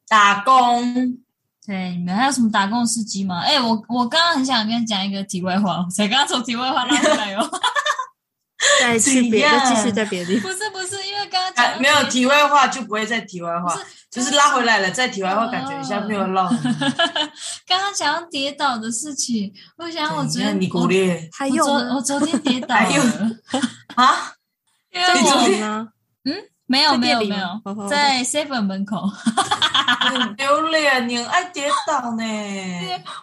Speaker 1: 打 工，
Speaker 2: 对，你们还有什么打工的司机吗？哎、我我刚刚很想跟你讲一个题外话，我才刚刚从题外话拉回来哦。
Speaker 3: 再去别
Speaker 1: 怎样
Speaker 3: 再继续在别的地方。
Speaker 2: 不是不是，因为刚刚讲
Speaker 1: 啊
Speaker 2: 到、
Speaker 1: 没有题外话就不会再题外话
Speaker 2: 不，
Speaker 1: 就是拉回来了再题外话，感觉一下没有
Speaker 2: 哦
Speaker 1: 浪。
Speaker 2: 刚刚讲到跌倒的事情，我想我昨
Speaker 1: 怎样
Speaker 2: 天
Speaker 1: 你鼓励
Speaker 3: 还
Speaker 2: 我
Speaker 3: 有
Speaker 2: 我昨
Speaker 3: 呢
Speaker 2: 我昨天跌倒了，
Speaker 1: 还有 啊？
Speaker 2: 因为
Speaker 1: 你昨
Speaker 2: 我
Speaker 1: 天
Speaker 3: 有呢？
Speaker 2: 没有
Speaker 3: 在
Speaker 2: 没
Speaker 3: 店
Speaker 2: 有
Speaker 3: 里
Speaker 2: 没
Speaker 3: 吗哦
Speaker 2: 有
Speaker 3: 哦
Speaker 2: 在 seven 门口。
Speaker 1: 你很丢脸，你很爱跌倒呢。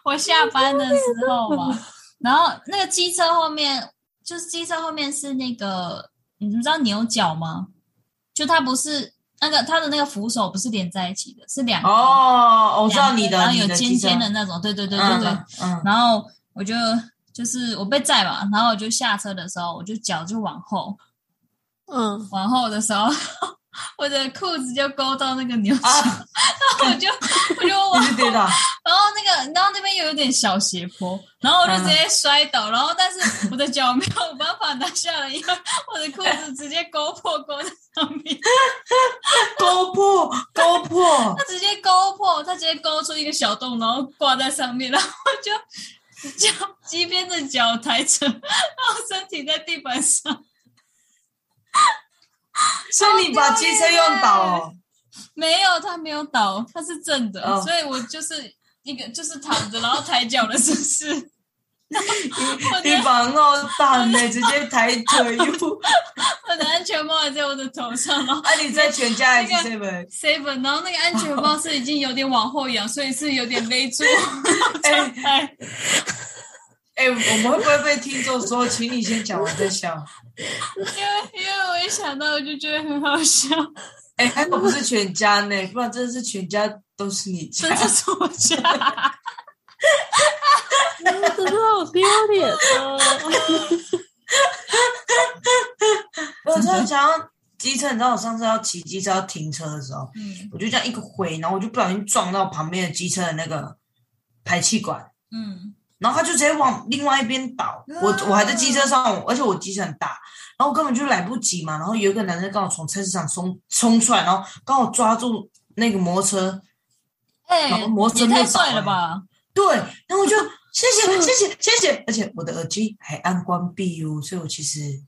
Speaker 2: 我下班的时候嘛，然后那个机车后面，就是机车后面是那个，你们知道牛角吗？就它不是那个它的那个扶手不是连在一起的，是两个
Speaker 1: 哦，我知道你
Speaker 2: 然
Speaker 1: 的，
Speaker 2: 后
Speaker 1: 你
Speaker 2: 有
Speaker 1: 的
Speaker 2: 尖
Speaker 1: 机车
Speaker 2: 尖的，那种，对对对对
Speaker 1: 嗯
Speaker 2: 对。
Speaker 1: 嗯 嗯，
Speaker 2: 然后我就就是我被载嘛，然后我就下车的时候，我就脚就往后，
Speaker 3: 嗯，
Speaker 2: 往后的时候， 我的裤子就勾到那个牛角，
Speaker 1: 啊
Speaker 2: 然后我就我就往
Speaker 1: 你是 跌倒，
Speaker 2: 然后那个，然后那边又有点小斜坡，然后我就
Speaker 1: 嗯
Speaker 2: 直接摔倒，然后但是我的脚没有办法拿下来，因为我的裤子直接勾破勾在上面，
Speaker 1: 勾破勾破
Speaker 2: 它，直接勾破，它直接勾出一个小洞，然后挂在上面，然后我就脚机边的脚抬着，然后身体在地板上，
Speaker 1: 所以你把机车用倒哦。
Speaker 2: 没有，它没有倒，它是正的，
Speaker 1: 哦
Speaker 2: 所以我就是一个就是躺着，然后抬脚的姿 势。我
Speaker 1: 你
Speaker 2: 的
Speaker 1: 把我蛋呢，直接抬腿又，
Speaker 2: 我的安全帽也在我的头上，然后
Speaker 1: 啊！你在全家还是 seven？
Speaker 2: seven，然后那个安全帽是已经有点往后仰，所以是有点勒住。
Speaker 1: 哎
Speaker 2: 哎，
Speaker 1: 哎，我们会不会被听众说，请你先讲完再笑？
Speaker 2: 因为因为我一想到我就觉得很好笑，
Speaker 1: 哎，还好不是全家呢，不然真的是全家都是你家
Speaker 2: 真。的是我家。
Speaker 3: 嗯真的好丢脸哦！
Speaker 1: 我突然想到，机车，你知道我上次要骑机车要停车的时候，
Speaker 2: 嗯
Speaker 1: 我就这样一个回，然后我就不小心撞到旁边的机车的那个排气管，
Speaker 2: 嗯，
Speaker 1: 然后它就直接往另外一边倒。我我还在机车上，而且我机车很大，然后我根本就来不及嘛。然后有一个男生刚好从菜市场冲冲出来，然后刚好抓住那个摩托车，
Speaker 2: 哎、
Speaker 1: 然后摩
Speaker 2: 也
Speaker 1: 森就
Speaker 2: 太
Speaker 1: 倒
Speaker 2: 帅了
Speaker 1: 了
Speaker 2: 吧！
Speaker 1: 对，然后我就谢
Speaker 2: 嗯
Speaker 1: 谢谢谢谢谢，而且我的耳机还按关闭哦，所以我其实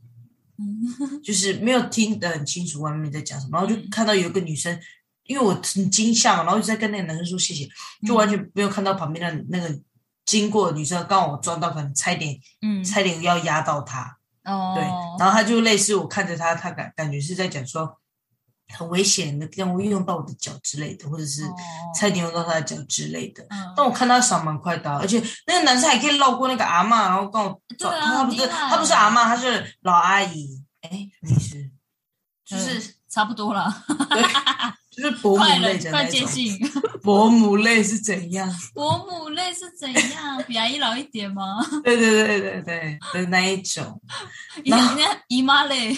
Speaker 2: 嗯
Speaker 1: 就是 没有听得很清楚外面在讲什么，然后就看到有一个女生，因为我很惊吓嘛，然后一直在跟那个男生说谢谢，
Speaker 2: 嗯
Speaker 1: 就完全没有看到旁边的那个经过的女生，刚好我撞到，可能差一点
Speaker 2: 嗯，
Speaker 1: 差一点要压到她，
Speaker 2: 哦，
Speaker 1: 对，然后她就类似我看着她，她感感觉是在讲说很危险的，让我用到我的脚之类的，或者是
Speaker 2: 哦
Speaker 1: 差点用到她的脚之类的。
Speaker 2: 嗯
Speaker 1: 但我看他闪蛮快的啊，而且那个男生还可以绕过那个阿嬷，然后跟我
Speaker 2: 对
Speaker 1: 走。
Speaker 2: 啊
Speaker 1: 他不
Speaker 2: 很
Speaker 1: 是
Speaker 2: 厉害
Speaker 1: 他不是阿嬷，他是老阿姨。哎，你是就是、
Speaker 2: 差不多了，
Speaker 1: 对，就是伯母
Speaker 2: 快
Speaker 1: 类
Speaker 2: 了，
Speaker 1: 的
Speaker 2: 快
Speaker 1: 那
Speaker 2: 接
Speaker 1: 种。
Speaker 2: 近。
Speaker 1: 伯母类是怎样？
Speaker 2: 伯母类是怎样？比阿姨老一点吗？
Speaker 1: 对对对对对的那一种，
Speaker 2: 姨那姨妈类，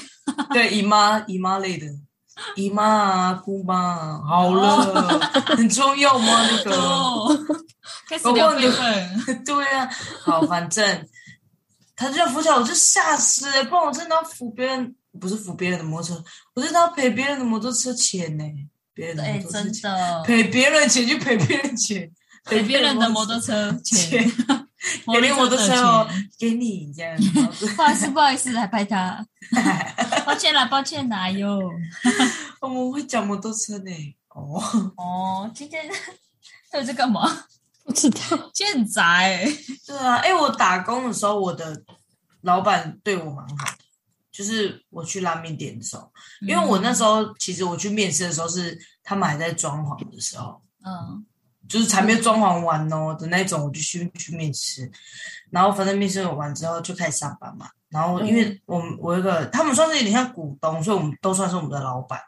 Speaker 1: 对姨妈姨妈类的。姨妈啊，姑妈啊，好了，很重要吗？那个，
Speaker 2: 哦，开始聊辈分。
Speaker 1: 对啊，好，反正他就要扶起来，我就吓死了，不然我真的要扶别人，不是扶别人的摩托车，我真的要赔别人的摩托车钱呢、别人的
Speaker 2: 哎，
Speaker 1: 摩托车
Speaker 2: 真
Speaker 1: 钱，
Speaker 2: 的，
Speaker 1: 赔别人的钱就赔别人钱，
Speaker 2: 给别人的摩托
Speaker 1: 车
Speaker 2: 车钱，
Speaker 1: 钱，给别人摩托车哦
Speaker 2: 钱。，
Speaker 1: 给你这样，
Speaker 2: 不好意思，不好意思，来拍他。 抱歉啦，抱歉啦，哎呦。
Speaker 1: 我们会讲摩托车呢、哦，
Speaker 2: 哦，今天 到底在干嘛？
Speaker 3: 不知道，
Speaker 2: 今天很宅欸。
Speaker 1: 对啊，哎、我打工的时候，我的老板对我蛮好的，就是我去拉面店的时候。因
Speaker 2: 嗯
Speaker 1: 为我那时候其实我去面试的时候是他们还在装潢的时候，
Speaker 2: 嗯，
Speaker 1: 就是还没有装潢完哦的那种，我就去去面试，然后反正面试完之后就开始上班嘛。然后因为我们我有一个他们算是有点像股东，所以我们都算是我们的老板，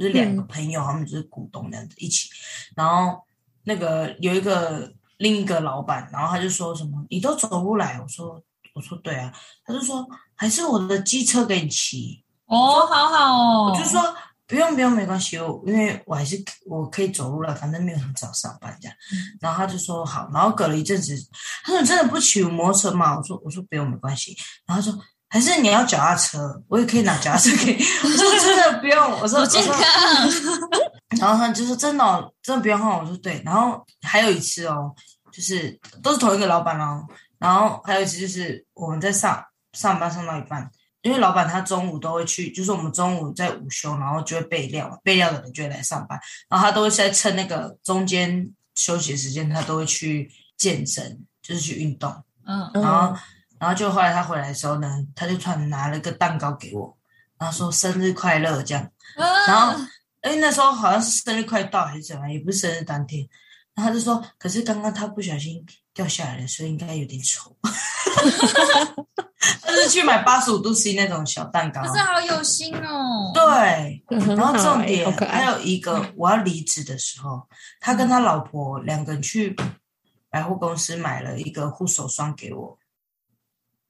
Speaker 1: 就是两个朋友，他们就是股东这样子一起。然后那个有一个另一个老板，然后他就说什么你都走不来，我说我说对啊，他就说还是我的机车给你骑。
Speaker 2: 哦，好好哦，
Speaker 1: 我就说不用不用，没关系，我因为我还是我可以走路了，反正没有很早上班这样。然后他就说好，然后隔了一阵子，他说你真的不骑摩托车吗？我说我说不用，没关系。然后他说还是你要脚踏车，我也可以拿脚踏车给你。我说真的不用，我说
Speaker 2: 好
Speaker 1: 我
Speaker 2: 健
Speaker 1: 说
Speaker 2: 康。
Speaker 1: 然后他就说真的、哦、真的不用换，我说对。然后还有一次哦，就是都是同一个老板哦。然后还有一次就是我们在上上班上到一半，因为老板他中午都会去，就是我们中午在午休，然后就会备料，备料的人就会来上班，然后他都会在趁那个中间休息的时间，他都会去健身，就是去运动。
Speaker 2: 嗯，
Speaker 3: 嗯
Speaker 1: 然后，然后就后来他回来的时候呢，他就突然拿了个蛋糕给我，然后说生日快乐这样。嗯
Speaker 2: 嗯
Speaker 1: 然后，哎、那时候好像是生日快到还是怎么样，也不是生日当天。然后他就说，可是刚刚他不小心掉下来了，所以应该有点丑。 他是去买八十五度 C 那种小蛋糕
Speaker 2: 可，是好有心哦。
Speaker 1: 对。
Speaker 3: 然
Speaker 1: 然后重
Speaker 3: 嗯好
Speaker 1: 点
Speaker 3: 可
Speaker 1: 还
Speaker 3: 爱，嗯
Speaker 1: 有一个，我要离职的时候，他跟他老婆两个人去百货公司买了一个护手霜给我。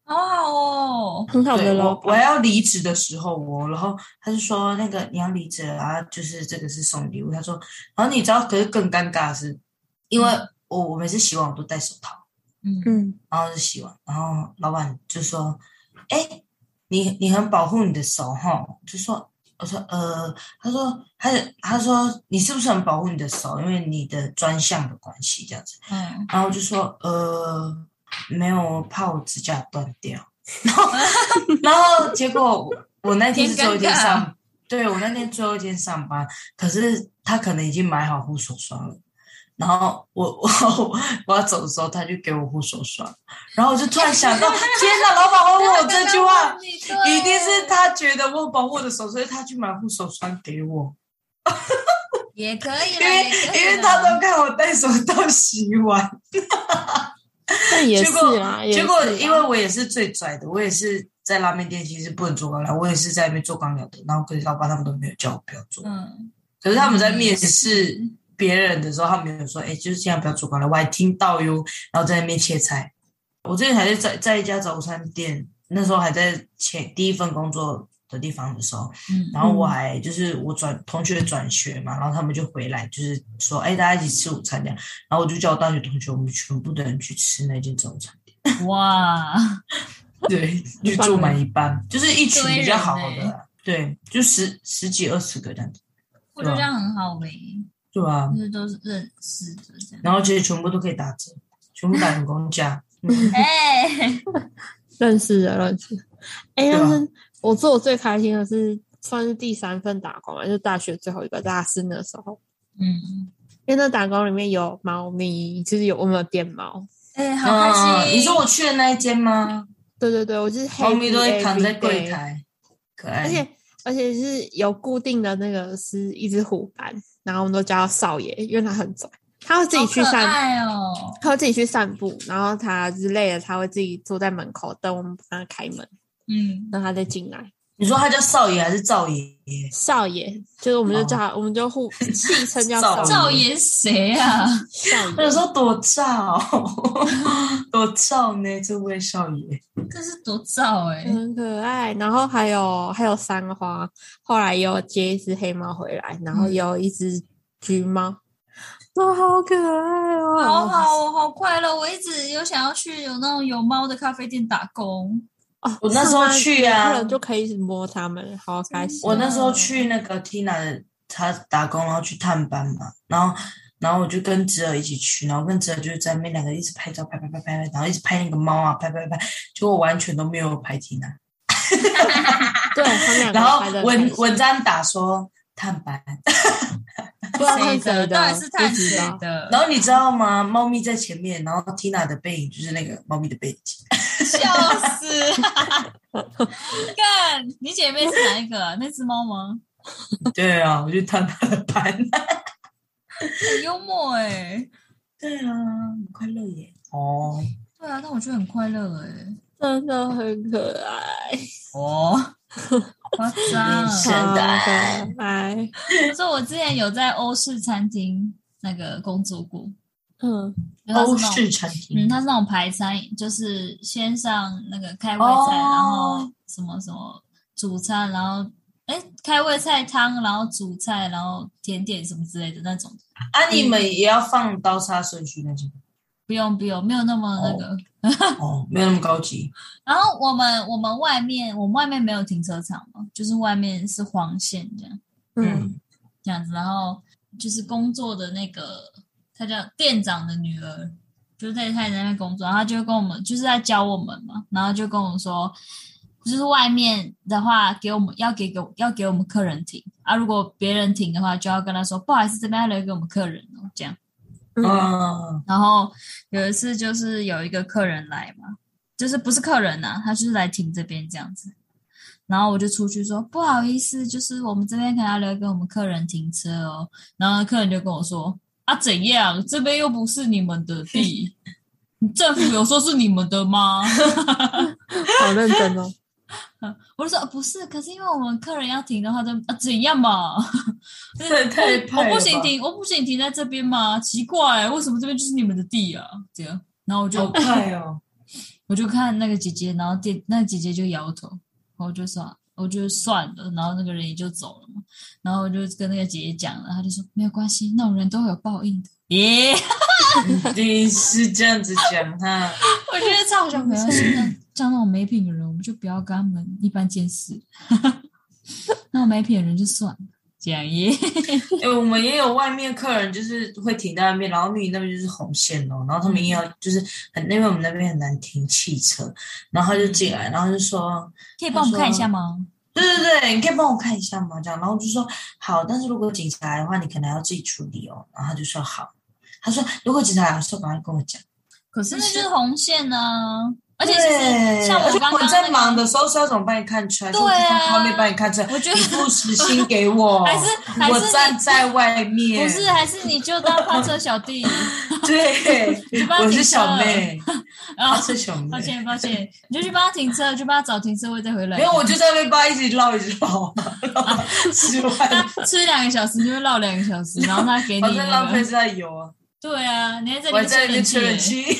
Speaker 2: 好好哦，
Speaker 3: 很好的
Speaker 1: 对，
Speaker 3: 老
Speaker 1: 我我
Speaker 3: 板，
Speaker 1: 要离职的时候哦，我然后他就说那个你要离职了啊，就是这个是送礼物。他说，然后你知道，可是更尴尬的是，因为我我每次洗碗我都戴手套，
Speaker 2: 嗯，
Speaker 3: 嗯，
Speaker 1: 然后就洗碗，然后老板就说，哎，你你很保护你的手哈，就说。我说呃，他说，他他说你是不是很保护你的手，因为你的专项的关系这样子。
Speaker 2: 嗯，
Speaker 1: 然后我就说呃，没有，我怕我指甲断掉。 然后，然后结果我我那天是最后一天
Speaker 2: 很
Speaker 1: 上，对我那天最后一天上班，可是他可能已经买好护手霜了。然后我 我我要走的时候，他就给我护手霜，然后我就突然想到，天哪，老板会问我这句话，一定是他觉得我保护我的手，所以他去买护手霜给我，
Speaker 2: 也可以
Speaker 1: 因
Speaker 2: 啦，
Speaker 1: 为
Speaker 2: 也可以啦
Speaker 1: 因为他都看我戴手套洗碗，
Speaker 3: 但也
Speaker 1: 结
Speaker 3: 是
Speaker 1: 果
Speaker 3: 啦，也
Speaker 1: 结果
Speaker 3: 是啦
Speaker 1: 因为我也是最拽的，我也是在拉面店其实不能做钢料，我也是在那边做钢料的，然后可是老板他们都没有叫我不要做，
Speaker 2: 嗯，
Speaker 1: 可是他们在面试别人的时候，他们有说，哎、就是尽量不要做钢料，我还听到哟，然后在那边切菜。我之前还是在在一家早餐店，那时候还在前第一份工作的地方的时候，
Speaker 2: 嗯
Speaker 1: 然后我还就是我转同学转学嘛，然后他们就回来，就是说，哎，大家一起吃午餐这样，然后我就叫我大学同学，我们全部的人去吃那间中餐店，
Speaker 2: 嗯哇，
Speaker 1: 对，去住满一半，就是一群比较好
Speaker 2: 一堆
Speaker 1: 的
Speaker 2: 人
Speaker 1: 啦，对，就十十几二十个这样子，
Speaker 2: 我觉得这样很好诶，
Speaker 1: 对吧、
Speaker 2: 就是都是认识的这样。
Speaker 1: 然后其实全部都可以打折，全部打员工价，嗯，
Speaker 2: 哎，
Speaker 3: 认识的认识。哎、
Speaker 1: 对啊
Speaker 3: 但是我做我最开心的是，算是第三份打工啊吧，就大学最后一个大四的时候，
Speaker 2: 嗯，
Speaker 3: 因为那打工里面有猫咪，就是有我们有电猫。
Speaker 2: 哎， 好开
Speaker 1: 嗯
Speaker 2: 心。
Speaker 1: 你说我去的那一间吗？
Speaker 3: 对对对，我就是
Speaker 1: 猫咪
Speaker 3: happy
Speaker 1: 都会躺在
Speaker 3: every
Speaker 1: 柜
Speaker 3: day，
Speaker 1: 台，可
Speaker 3: 而
Speaker 1: 爱
Speaker 3: 且。而且是有固定的那个是一只虎斑，然后我们都叫它少爷，因为它很拽，它会自己去
Speaker 2: 好可
Speaker 3: 散
Speaker 2: 爱哦，
Speaker 3: 他会自己去散步，然后他之类的，他会自己坐在门口等我们帮他开门，
Speaker 2: 嗯，
Speaker 3: 让他再进来。
Speaker 1: 你说他叫少爷还是赵爷爷？
Speaker 3: 少爷就是我们就叫他，我们 就互戏称叫
Speaker 1: 哦少
Speaker 3: 少
Speaker 1: 爷
Speaker 2: 赵爷谁啊？
Speaker 3: 少
Speaker 1: 我有
Speaker 3: 爷。
Speaker 1: 时候多照， 多照呢，这位少爷。
Speaker 2: 这是多燥哎、
Speaker 3: 很可爱，然后还有还有三花，后来有接一只黑猫回来，然
Speaker 1: 嗯
Speaker 3: 后有一只橘猫，都好可爱哦！
Speaker 2: 好好，我好快乐！我一直有想要去有那种有猫的咖啡店打工。
Speaker 3: 哦，
Speaker 1: 我那时候去啊
Speaker 3: 上班有客人就可以一直摸它们，好开心。
Speaker 1: 我那时候去那个 Tina 的，他打工，然后去探班嘛，然后然后我就跟侄儿一起去，然后跟侄儿就是在那边两个一直拍照，拍拍拍拍拍，然后一直拍那个猫啊，拍拍拍，结果完全都没有拍 Tina。
Speaker 3: 对他们两个
Speaker 1: 然后
Speaker 3: 拍得很开
Speaker 1: 文
Speaker 3: 心，
Speaker 1: 文章打说探班，
Speaker 3: 不知道看谁
Speaker 2: 的？
Speaker 3: 的，
Speaker 2: 到底是
Speaker 3: 不
Speaker 2: 探
Speaker 3: 知
Speaker 2: 谁
Speaker 3: 道
Speaker 2: 的？
Speaker 1: 然后你知道吗？猫咪在前面，然后 Tina 的背影就是那个猫咪的背景。
Speaker 2: 笑死！ 看你姐妹是哪一个啊、那只猫吗？
Speaker 1: 对啊，我去探他的班。
Speaker 2: 很幽默哎、
Speaker 1: 对啊，很快乐耶。哦，
Speaker 2: 对啊，但我觉得很快乐哎、
Speaker 3: 真的很可爱，
Speaker 2: 哦，夸 张！
Speaker 1: 真的
Speaker 3: 超可爱。
Speaker 2: 我说我之前有在欧式餐厅那个工作过，
Speaker 1: 欧
Speaker 2: 就是
Speaker 3: 嗯，
Speaker 2: 那种
Speaker 1: 式餐
Speaker 2: 嗯，
Speaker 1: 厅。
Speaker 2: 它是那种排餐，就是先上那个开胃菜，
Speaker 1: 哦
Speaker 2: 然后什么什么主餐，然后哎开胃菜汤，然后主菜，然后甜点什么之类的那种。
Speaker 1: 啊，
Speaker 2: 嗯
Speaker 1: 你们也要放刀叉顺序那种？
Speaker 2: 不用不用，没有那么那个。
Speaker 1: 哦，没有那么高级。
Speaker 2: 然后我们我们外面我们外面没有停车场嘛，就是外面是黄线这样
Speaker 3: 嗯，
Speaker 1: 嗯，
Speaker 2: 这样子。然后就是工作的那个，他叫店长的女儿，就在他也在那边工作，然后他就跟我们就是在教我们嘛，然后就跟我们说，就是外面的话给我们要给给我要给我们客人停啊，如果别人停的话，就要跟他说不好意思，这边要留给我们客人哦，这样。
Speaker 3: 嗯
Speaker 1: 啊，
Speaker 2: 然后有一次就是有一个客人来嘛，就是不是客人呐、他就是来停这边这样子。然后我就出去说不好意思，就是我们这边可能要留给我们客人停车哦。然后客人就跟我说啊，怎样？这边又不是你们的地， 政府有说是你们的吗？
Speaker 3: 好认真哦。
Speaker 2: 我就说、啊不是，可是因为我们客人要停的话，就啊怎样嘛？
Speaker 1: 这也太
Speaker 2: 我
Speaker 1: 派了
Speaker 2: 不行
Speaker 1: 吧
Speaker 2: 停，我不行停在这边吗？奇怪、为什么这边就是你们的地啊？这样，然后我就
Speaker 1: 好快哦。
Speaker 2: 我就看那个姐姐，然后店那个姐姐就摇头，然后我就说我就算了，然后那个人也就走了嘛。然后我就跟那个姐姐讲了，她就说没有关系，那种人都会有报应的。耶，
Speaker 1: 你是这样子讲 哈？
Speaker 2: 我觉得超像没关系，像那种没品的人，我们就不要跟他们一般见识。 那种没品的人就算了，这样耶。
Speaker 1: 哎，我们也有外面客人，就是会停在外面，然后你那边就是红线哦，然后他们硬要就是很，因为我们那边很难停汽车，然后他就进来，然后就说。
Speaker 2: 可以帮我们看一下吗？
Speaker 1: 对对对，你可以帮我看一下吗？这样，然后我就说好，但是如果警察来的话，你可能还要自己处理哦。然后他就说好，他说如果警察来的时候，赶快跟我讲。
Speaker 2: 可是那就是红线呢、而且其
Speaker 1: 对，
Speaker 2: 实像
Speaker 1: 而
Speaker 2: 我
Speaker 1: 且
Speaker 2: 刚
Speaker 1: 我
Speaker 2: 刚、
Speaker 1: 在忙
Speaker 2: 那个，
Speaker 1: 的时候，是要怎么帮你看出来？
Speaker 2: 对啊
Speaker 1: 后面帮你看出来。
Speaker 2: 我觉得
Speaker 1: 你不死心给我，
Speaker 2: 还是还
Speaker 1: 我
Speaker 2: 是你
Speaker 1: 站在外面，
Speaker 2: 不是，还是你就当怕车小 弟。
Speaker 1: 对
Speaker 2: 帮，他
Speaker 1: 我
Speaker 2: 停
Speaker 1: 是小
Speaker 2: 车
Speaker 1: 妹，
Speaker 2: 然
Speaker 1: 她
Speaker 2: 后
Speaker 1: 是小妹
Speaker 2: 抱，歉，抱歉，你就去帮他停车，去帮他找停车位再回来。
Speaker 1: 没有，我就在那边帮她一直绕，一直绕，绕吃完，
Speaker 2: 他吃两个小时，你就绕两个小 时，然后他给你、
Speaker 1: 反正浪
Speaker 2: 那
Speaker 1: 费
Speaker 2: 个。
Speaker 1: 是在油啊，
Speaker 2: 对啊，你还在
Speaker 1: 我还
Speaker 2: 里
Speaker 1: 在那
Speaker 2: 面
Speaker 1: 边吹
Speaker 2: 吹
Speaker 1: 冷
Speaker 2: 冷气耶，
Speaker 1: 气。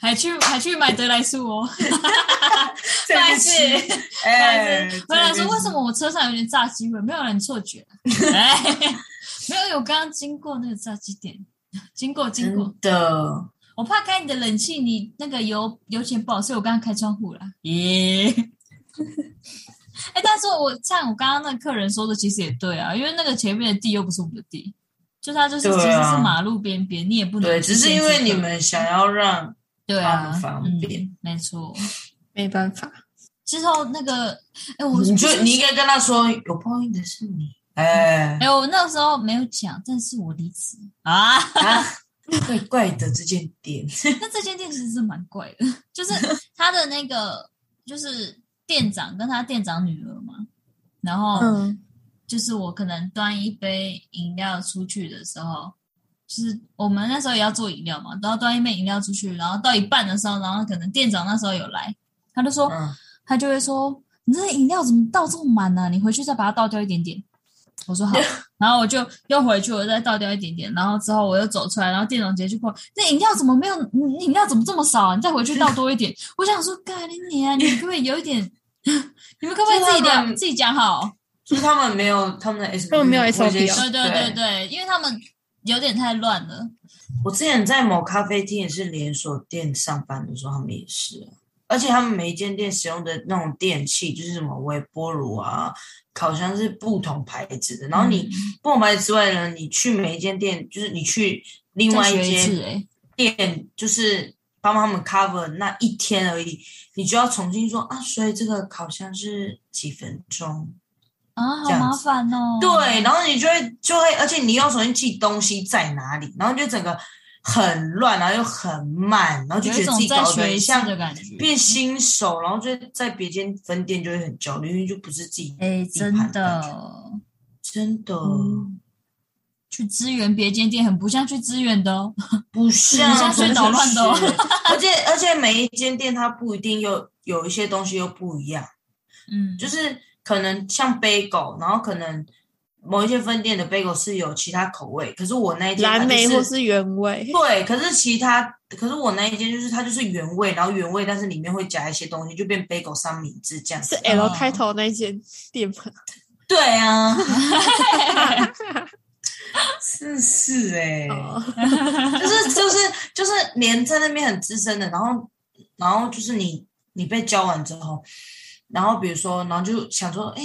Speaker 2: 还去还去买德莱素哦。
Speaker 1: 对
Speaker 2: 白
Speaker 1: 不
Speaker 2: 痴
Speaker 1: 起，哎，
Speaker 2: 回来
Speaker 1: 对
Speaker 2: 说
Speaker 1: 不
Speaker 2: 为
Speaker 1: 起
Speaker 2: 什么我车上有点炸鸡味？没有人 错觉、哎，没有，因为我刚刚经过那个炸鸡店，经过经过，
Speaker 1: 真的？
Speaker 2: 我怕开你的冷气，你那个油油钱不好，所以我刚刚开窗户啦。耶、 哎，但是我像我刚刚那个客人说的，其实也对啊，因为那个前面的地又不是我们的地，就它就是、
Speaker 1: 对啊
Speaker 2: 其实是马路边边，你也不能
Speaker 1: 对，只是因为你
Speaker 2: 限制客人
Speaker 1: 们想要让
Speaker 2: 对
Speaker 1: 他
Speaker 2: 啊
Speaker 1: 们方便
Speaker 2: 嗯，没错。
Speaker 3: 没办法，
Speaker 2: 之后那个，哎，我
Speaker 1: 你就你应该跟他说，有报应的是你。哎
Speaker 2: 哎、，我那时候没有讲，但是我离职啊。
Speaker 1: 啊，怪怪的这件店，
Speaker 2: 那这间店其实是蛮怪的， 就是他的那个就是店长跟他店长女儿嘛，然后
Speaker 3: 嗯，
Speaker 2: 就是我可能端一杯饮料出去的时候，就是我们那时候也要做饮料嘛，然后端一杯饮料出去，然后到一半的时候，然后可能店长那时候有来，他就说，
Speaker 1: 嗯，
Speaker 2: 他就会说：“你这饮料怎么倒这么满呢、你回去再把它倒掉一点点。”我 说好，然后我就又回去，我再倒掉一点点，然后之后我又走出来，然后店长直接去过，那饮料怎么没有？你你饮料怎么这么少、啊？你再回去倒多一点。我想说，干你啊，你可不可以有一点？ 你们可不可以自
Speaker 1: 就是他
Speaker 2: 己聊
Speaker 1: 们
Speaker 2: 自己讲好？
Speaker 1: 就是他们没有他们的 S，
Speaker 3: 他们没有 SOP 啊
Speaker 2: 对对对对，因为他们有点太乱了。
Speaker 1: 我之前在某咖啡厅也是连锁店上班的时候，他们也是啊，而且他们每一间店使用的那种电器，就是什么微波炉啊、烤箱是不同牌子的。然后
Speaker 2: 嗯
Speaker 1: 你不同牌子之外呢，你去每一间店，就是你去另
Speaker 2: 再
Speaker 1: 外一
Speaker 2: 学一
Speaker 1: 间
Speaker 2: 次，哎，
Speaker 1: 店，就是帮他们 cover 那一天而已，你就要重新说啊，所以这个烤箱是几分钟？
Speaker 2: 啊，好
Speaker 1: 这样
Speaker 2: 麻
Speaker 1: 子
Speaker 2: 烦哦。
Speaker 1: 对，然后你就会就会，而且你又重新记东西在哪里，然后就整个很乱，然后又很慢，然后就
Speaker 2: 有
Speaker 1: 觉得自
Speaker 2: 一种
Speaker 1: 己
Speaker 2: 再
Speaker 1: 搞得
Speaker 2: 学
Speaker 1: 很
Speaker 2: 一次
Speaker 1: 像
Speaker 2: 的感觉。
Speaker 1: 变新手，然后就在别间分店就会很焦虑，因为就不是自己
Speaker 2: 哎，
Speaker 1: 地盘感
Speaker 2: 真
Speaker 1: 觉
Speaker 2: 的。
Speaker 1: 真的、
Speaker 3: 嗯
Speaker 2: 去支援别间店，很不像去支援的 哦。
Speaker 1: 不像
Speaker 2: 很像睡着乱的哦
Speaker 1: 真是而且而且每一间店它不一定又有一些东西又不一样。
Speaker 2: 嗯，
Speaker 1: 就是可能像 bagel，然后可能某一些分店的 bagel 是有其他口味，可是我那一间它
Speaker 3: 蓝
Speaker 1: 就
Speaker 3: 莓
Speaker 1: 是
Speaker 3: 或是原味，
Speaker 1: 对，可是其他可是我那一间就是它就是原味，然后原味但是里面会加一些东西，就变 bagel 三明治这样
Speaker 3: 是
Speaker 1: 子。
Speaker 3: L 开头那间店吗？
Speaker 1: 对 啊，真是哎、
Speaker 3: 哦
Speaker 1: 就是就是就是连在那边很资深的，然后然后就是你你被教完之后，然后比如说，然后就想说，哎，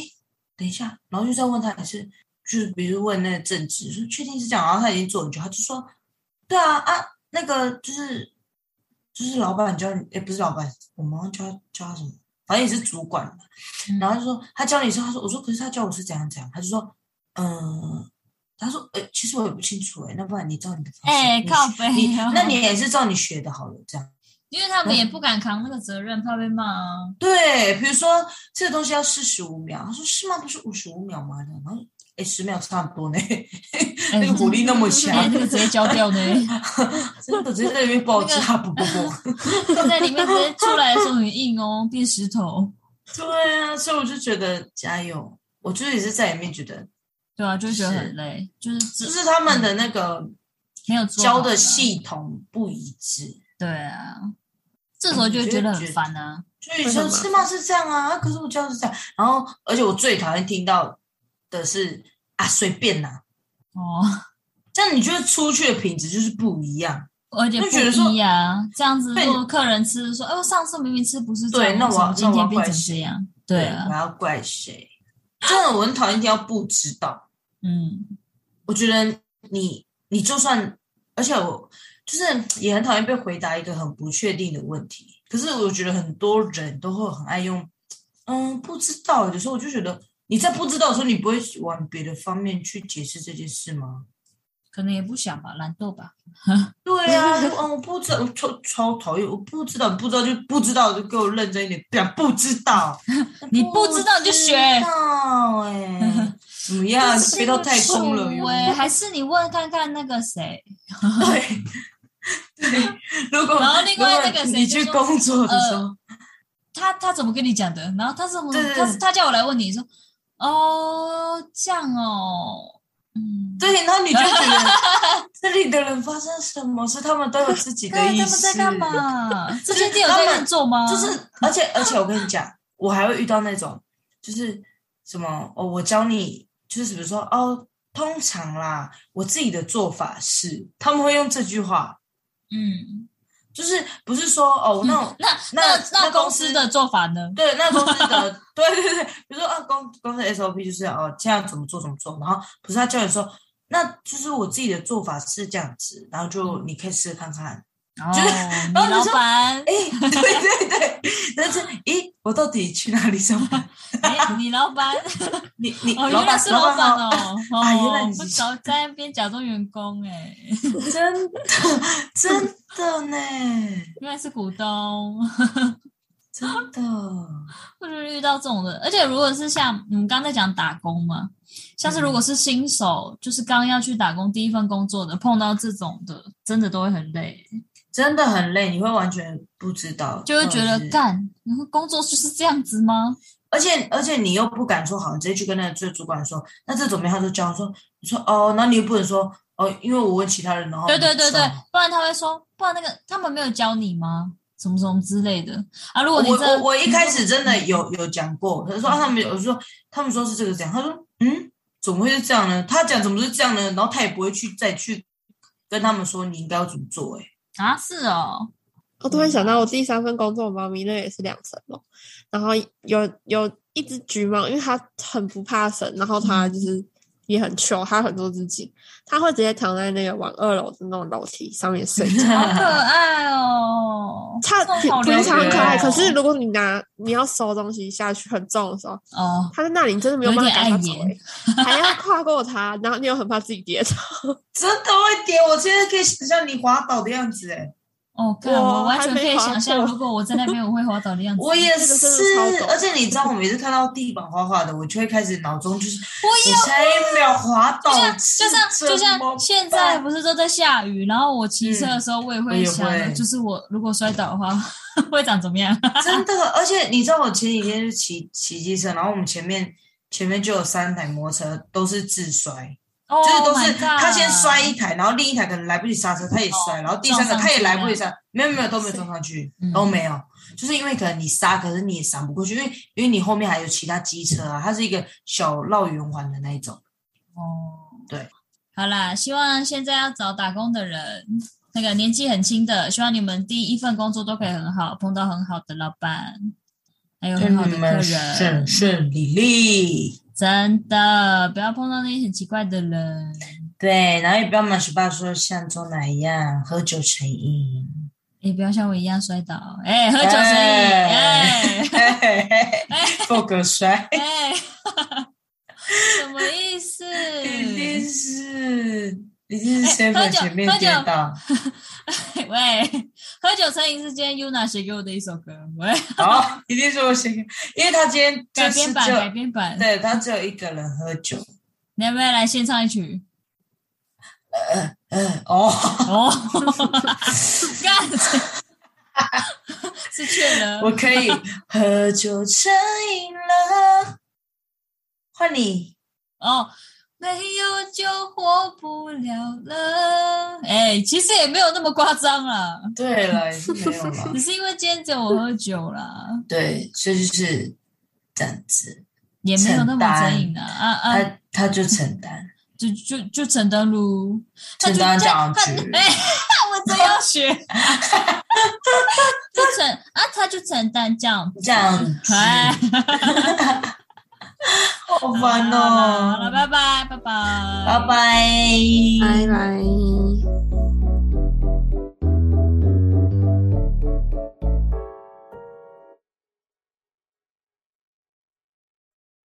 Speaker 1: 等一下，然后就再问他也是，就是比如问那个正职，说确定是这样，然后他已经做很久，他就说，对啊啊，那个就是就是老板教你，哎，不是老板，我们教他教他什么，反正也是主管嘛，
Speaker 2: 嗯
Speaker 1: 然后就说他教你是，他说我说可是他教我是怎样怎样，他就说，嗯、他说：“呃、其实我也不清楚哎、那不然你照你的方式。
Speaker 2: 哎
Speaker 1: 你
Speaker 2: 靠
Speaker 1: 学
Speaker 2: 北
Speaker 1: 你
Speaker 2: 哦
Speaker 1: 那你也是照你学的好了，这样
Speaker 2: 因为他们也不敢扛那个责任，怕被骂啊。
Speaker 1: 对。比如说这个东西要四十五秒，他说是吗？不是五十五秒吗？然后哎，十秒差不多呢，那个火力哎那么强，
Speaker 2: 哎，那个直接交 掉呢，
Speaker 1: 真的直接在里面爆炸，不不不。
Speaker 2: 在里面直接出来的时候很硬哦，变石头。
Speaker 1: 对啊，所以我就觉得加油，我就是也是在里面觉得，
Speaker 2: 对啊，就会觉得很累，就是
Speaker 1: 就
Speaker 2: 只
Speaker 1: 是他们的那个
Speaker 2: 没有做好
Speaker 1: 教
Speaker 2: 啊
Speaker 1: 的。系统不一致。
Speaker 2: 对啊，这
Speaker 1: 嗯
Speaker 2: 时候就会觉得很烦啊。
Speaker 1: 所以说是吗？是这样啊，啊可是我教的是这样。然后，而且我最讨厌听到的是啊，随便啦、
Speaker 2: 哦，
Speaker 1: 这样你觉得出去的品质就是不一样。
Speaker 2: 而且
Speaker 1: 就觉得说
Speaker 2: 不一啊，这样子
Speaker 1: 被
Speaker 2: 如果客人吃说，哎，我上次明明吃不是这
Speaker 1: 对
Speaker 2: 样，
Speaker 1: 那
Speaker 2: 为
Speaker 1: 我
Speaker 2: 什么
Speaker 1: 要
Speaker 2: 今
Speaker 1: 那我要
Speaker 2: 天变
Speaker 1: 怪
Speaker 2: 成
Speaker 1: 谁
Speaker 2: 这样。对啊
Speaker 1: 我，要怪谁？真的，我很讨厌听到不知道。
Speaker 2: 嗯。
Speaker 1: 我觉得你，你就算，而且我就是也很讨厌被回答一个很不确定的问题。可是我觉得很多人都会很爱用，嗯，不知道。有时候我就觉得你在不知道的时候，你不会往别的方面去解释这件事吗？
Speaker 2: 可能也不想吧，懒惰吧。，
Speaker 1: 对啊，就嗯，我不知道，我超超讨厌，我不知道，不知道就不知道，就给我认真一点，不然不知道
Speaker 2: 你不知道你就学
Speaker 1: 不知道哎、 怎么样？飞到太空了哟！
Speaker 2: 哎，还是你问看看那个谁，
Speaker 1: 对 对，如果
Speaker 2: 然后另外那个
Speaker 1: 如果
Speaker 2: 谁
Speaker 1: 你
Speaker 2: 就
Speaker 1: 去
Speaker 2: 说呃
Speaker 1: 工作的时候，
Speaker 2: 他他怎么跟你讲的？然后他是我
Speaker 1: 对对
Speaker 2: 他
Speaker 1: 对
Speaker 2: 他叫我来问你说，哦，这样哦，嗯，
Speaker 1: 对，然后你就觉得那里的人发生什么事，他们都有自己的
Speaker 2: 看
Speaker 1: 意
Speaker 2: 他们
Speaker 1: 识。
Speaker 2: 在干 嘛？这
Speaker 1: 就是
Speaker 2: 些店有在工作吗？
Speaker 1: 就是，而且而且我跟你讲，我还会遇到那种，就是什么哦，我教你，就是比如说哦，通常啦，我自己的做法是，他们会用这句话，
Speaker 2: 嗯，
Speaker 1: 就是不是说哦，那种、
Speaker 2: 那
Speaker 1: 那
Speaker 2: 那
Speaker 1: 那
Speaker 2: 公
Speaker 1: 公
Speaker 2: 司
Speaker 1: 司
Speaker 2: 的做法呢？
Speaker 1: 对，那公司的对对对，比如说啊，公公司的 SOP 就是哦，这样怎么做怎么做，然后不是他教你说，那就是我自己的做法是这样子，然后就
Speaker 2: 嗯
Speaker 1: 你可以试试看看。就是
Speaker 2: 哦你
Speaker 1: 然后你
Speaker 2: 老
Speaker 1: 说
Speaker 2: 板，
Speaker 1: 哎， 对对对，但是咦，我到底去哪里上班？
Speaker 2: 哎你老 板，
Speaker 1: 你你
Speaker 2: 哦，原来是老板
Speaker 1: 好
Speaker 2: 哦，
Speaker 1: 啊原来
Speaker 2: 哦
Speaker 1: 你，
Speaker 2: 不早在那边假装员工哎，
Speaker 1: 真的，真的呢，
Speaker 2: 原来是股东。
Speaker 1: 真的，
Speaker 2: 或者遇到这种的，而且如果是像你们刚刚在讲打工嘛，像是如果是新手，就是刚要去打工第一份工作的，碰到这种的，真的都会很累，
Speaker 1: 真的很累，你会完全不知道，
Speaker 2: 就会觉
Speaker 1: 或
Speaker 3: 哦
Speaker 2: 得
Speaker 1: 者是，
Speaker 2: 干，然后工作就是这样子吗？
Speaker 1: 而且而且你又不敢说好，你直接去跟那个最主管说，那这怎么样？他就教说，你说哦，那你又不能说哦，因为我问其他人，然
Speaker 3: 哦
Speaker 1: 后
Speaker 2: 对对对对
Speaker 1: 我不知道，
Speaker 2: 不然他会说，不然那个他们没有教你吗？什么什么之类的啊？如果你
Speaker 1: 我
Speaker 2: 真的嗯
Speaker 1: 我我一开始真的有有讲过，他说、啊、他们有说他们说是这个这样，他说嗯，怎么会是这样呢？他讲怎么是这样呢？然后他也不会去再去跟他们说你应该要怎么做、欸，
Speaker 2: 啊是哦，。
Speaker 3: 我突然想到，我第三份工作猫咪那也是两层楼，然后有有一只橘猫，因为它很不怕神，然后它就是也很糗，它很多只鸡，它会直接躺在那个往二楼的那种楼梯上面睡觉
Speaker 2: 好可爱哦，
Speaker 3: 它
Speaker 2: 这种好
Speaker 3: 平常
Speaker 2: 疗愈
Speaker 3: 很可爱，
Speaker 2: 哦
Speaker 3: 可是如果你拿你要收东西下去很重的时候，
Speaker 2: 哦，
Speaker 3: 它在那里你真的没有办法赶它走
Speaker 2: 有点碍眼、
Speaker 3: 欸还要跨过它，然后你又很怕自己跌倒。
Speaker 1: 真的会跌，我现在可以想象你滑倒的样子哎、
Speaker 2: 哦，看
Speaker 3: 我
Speaker 2: 我完全
Speaker 3: 还没
Speaker 2: 可以
Speaker 3: 滑
Speaker 2: 想象，
Speaker 3: 过
Speaker 2: 如果我在那边，我会滑倒的样子。
Speaker 1: 我也
Speaker 3: 这个
Speaker 1: 是
Speaker 3: 真的超，懂
Speaker 1: 而且你知道，我每次看到地板滑滑的，我就会开始脑中就是，
Speaker 2: 我
Speaker 1: 我
Speaker 2: 也
Speaker 1: 下一秒滑倒，
Speaker 2: 就像就像现在不是都在下雨，然后我骑车的时候，我也
Speaker 1: 嗯我
Speaker 2: 会
Speaker 1: 也
Speaker 2: 想，
Speaker 1: 会
Speaker 2: 就是我如果摔倒的话， 会长怎 么样？
Speaker 1: 真的，而且你知道，我前几天就骑骑机车，然后我们前面前面就有三台摩托车都是自摔，
Speaker 2: 哦
Speaker 1: 就是都
Speaker 2: my
Speaker 1: 是
Speaker 2: god
Speaker 1: 他先摔一台，然后另一台可能来不及刹车，他也摔，
Speaker 2: 哦
Speaker 1: 然后第三
Speaker 2: 撞
Speaker 1: 个
Speaker 2: 上
Speaker 1: 他也
Speaker 2: 去
Speaker 1: 来不
Speaker 2: 这
Speaker 1: 及
Speaker 2: 样
Speaker 1: 刹，没有没有都没有撞上去
Speaker 2: 嗯，
Speaker 1: 都没有，就是因为可能你刹，可是你也刹不过去，因为因为你后面还有其他机车啊，它是一个小绕圆环的那一种。
Speaker 2: 哦，
Speaker 1: 对，
Speaker 2: 好啦，希望现在要找打工的人，那个年纪很轻的，希望你们第一份工作都可以很好，碰到很好的老板，还有很好啊的客
Speaker 1: 嗯
Speaker 2: 人，
Speaker 1: 顺利利，
Speaker 2: 真的不要碰到那些很奇怪的人。
Speaker 1: 对，然后也不要满十八说像周奶一样喝酒成瘾。
Speaker 2: 你不要像我一样摔倒，哎、喝酒成瘾，哎、
Speaker 1: 哎嘿嘿嘿破格摔，
Speaker 2: 哎，什么意思？
Speaker 1: 一定是一定是
Speaker 2: 嗯
Speaker 1: seven
Speaker 2: 哎喝酒
Speaker 1: 前面跌 倒。
Speaker 2: 喂，喝酒成瘾是今天 Yuna 写给我的一首歌，喂，
Speaker 1: 好，一定是我先，因为他今天
Speaker 2: 改
Speaker 1: 就是
Speaker 2: 编
Speaker 1: 只
Speaker 2: 版，改
Speaker 1: 有
Speaker 2: 编版，
Speaker 1: 对他只有一个人喝酒。
Speaker 2: 你要不要来献唱一曲？
Speaker 1: 嗯哦，
Speaker 2: 哦，干，是确了，
Speaker 1: 我可以喝酒成瘾了，换你。
Speaker 2: 哦，没有就活不了了，哎，其实也没有那么夸张啦，
Speaker 1: 对了，也是没有了
Speaker 2: 只。是因为今天只有我喝酒啦。
Speaker 1: 对，所以就是这样子，
Speaker 2: 也没有那么成瘾的啊啊啊，
Speaker 1: 他他就承担，
Speaker 2: 就就就承担喽。 他
Speaker 1: 承
Speaker 2: 就
Speaker 1: 担
Speaker 2: 他
Speaker 1: 奖
Speaker 2: 他
Speaker 1: 局。
Speaker 2: 哎， 我真要学， 就承啊，他就承担这样
Speaker 1: 这样子，
Speaker 2: 哎，
Speaker 1: 好
Speaker 2: 好
Speaker 1: 烦
Speaker 2: 啦好啦好
Speaker 1: 哦！
Speaker 2: 了，拜拜，拜拜，
Speaker 1: 拜拜。
Speaker 3: 拜。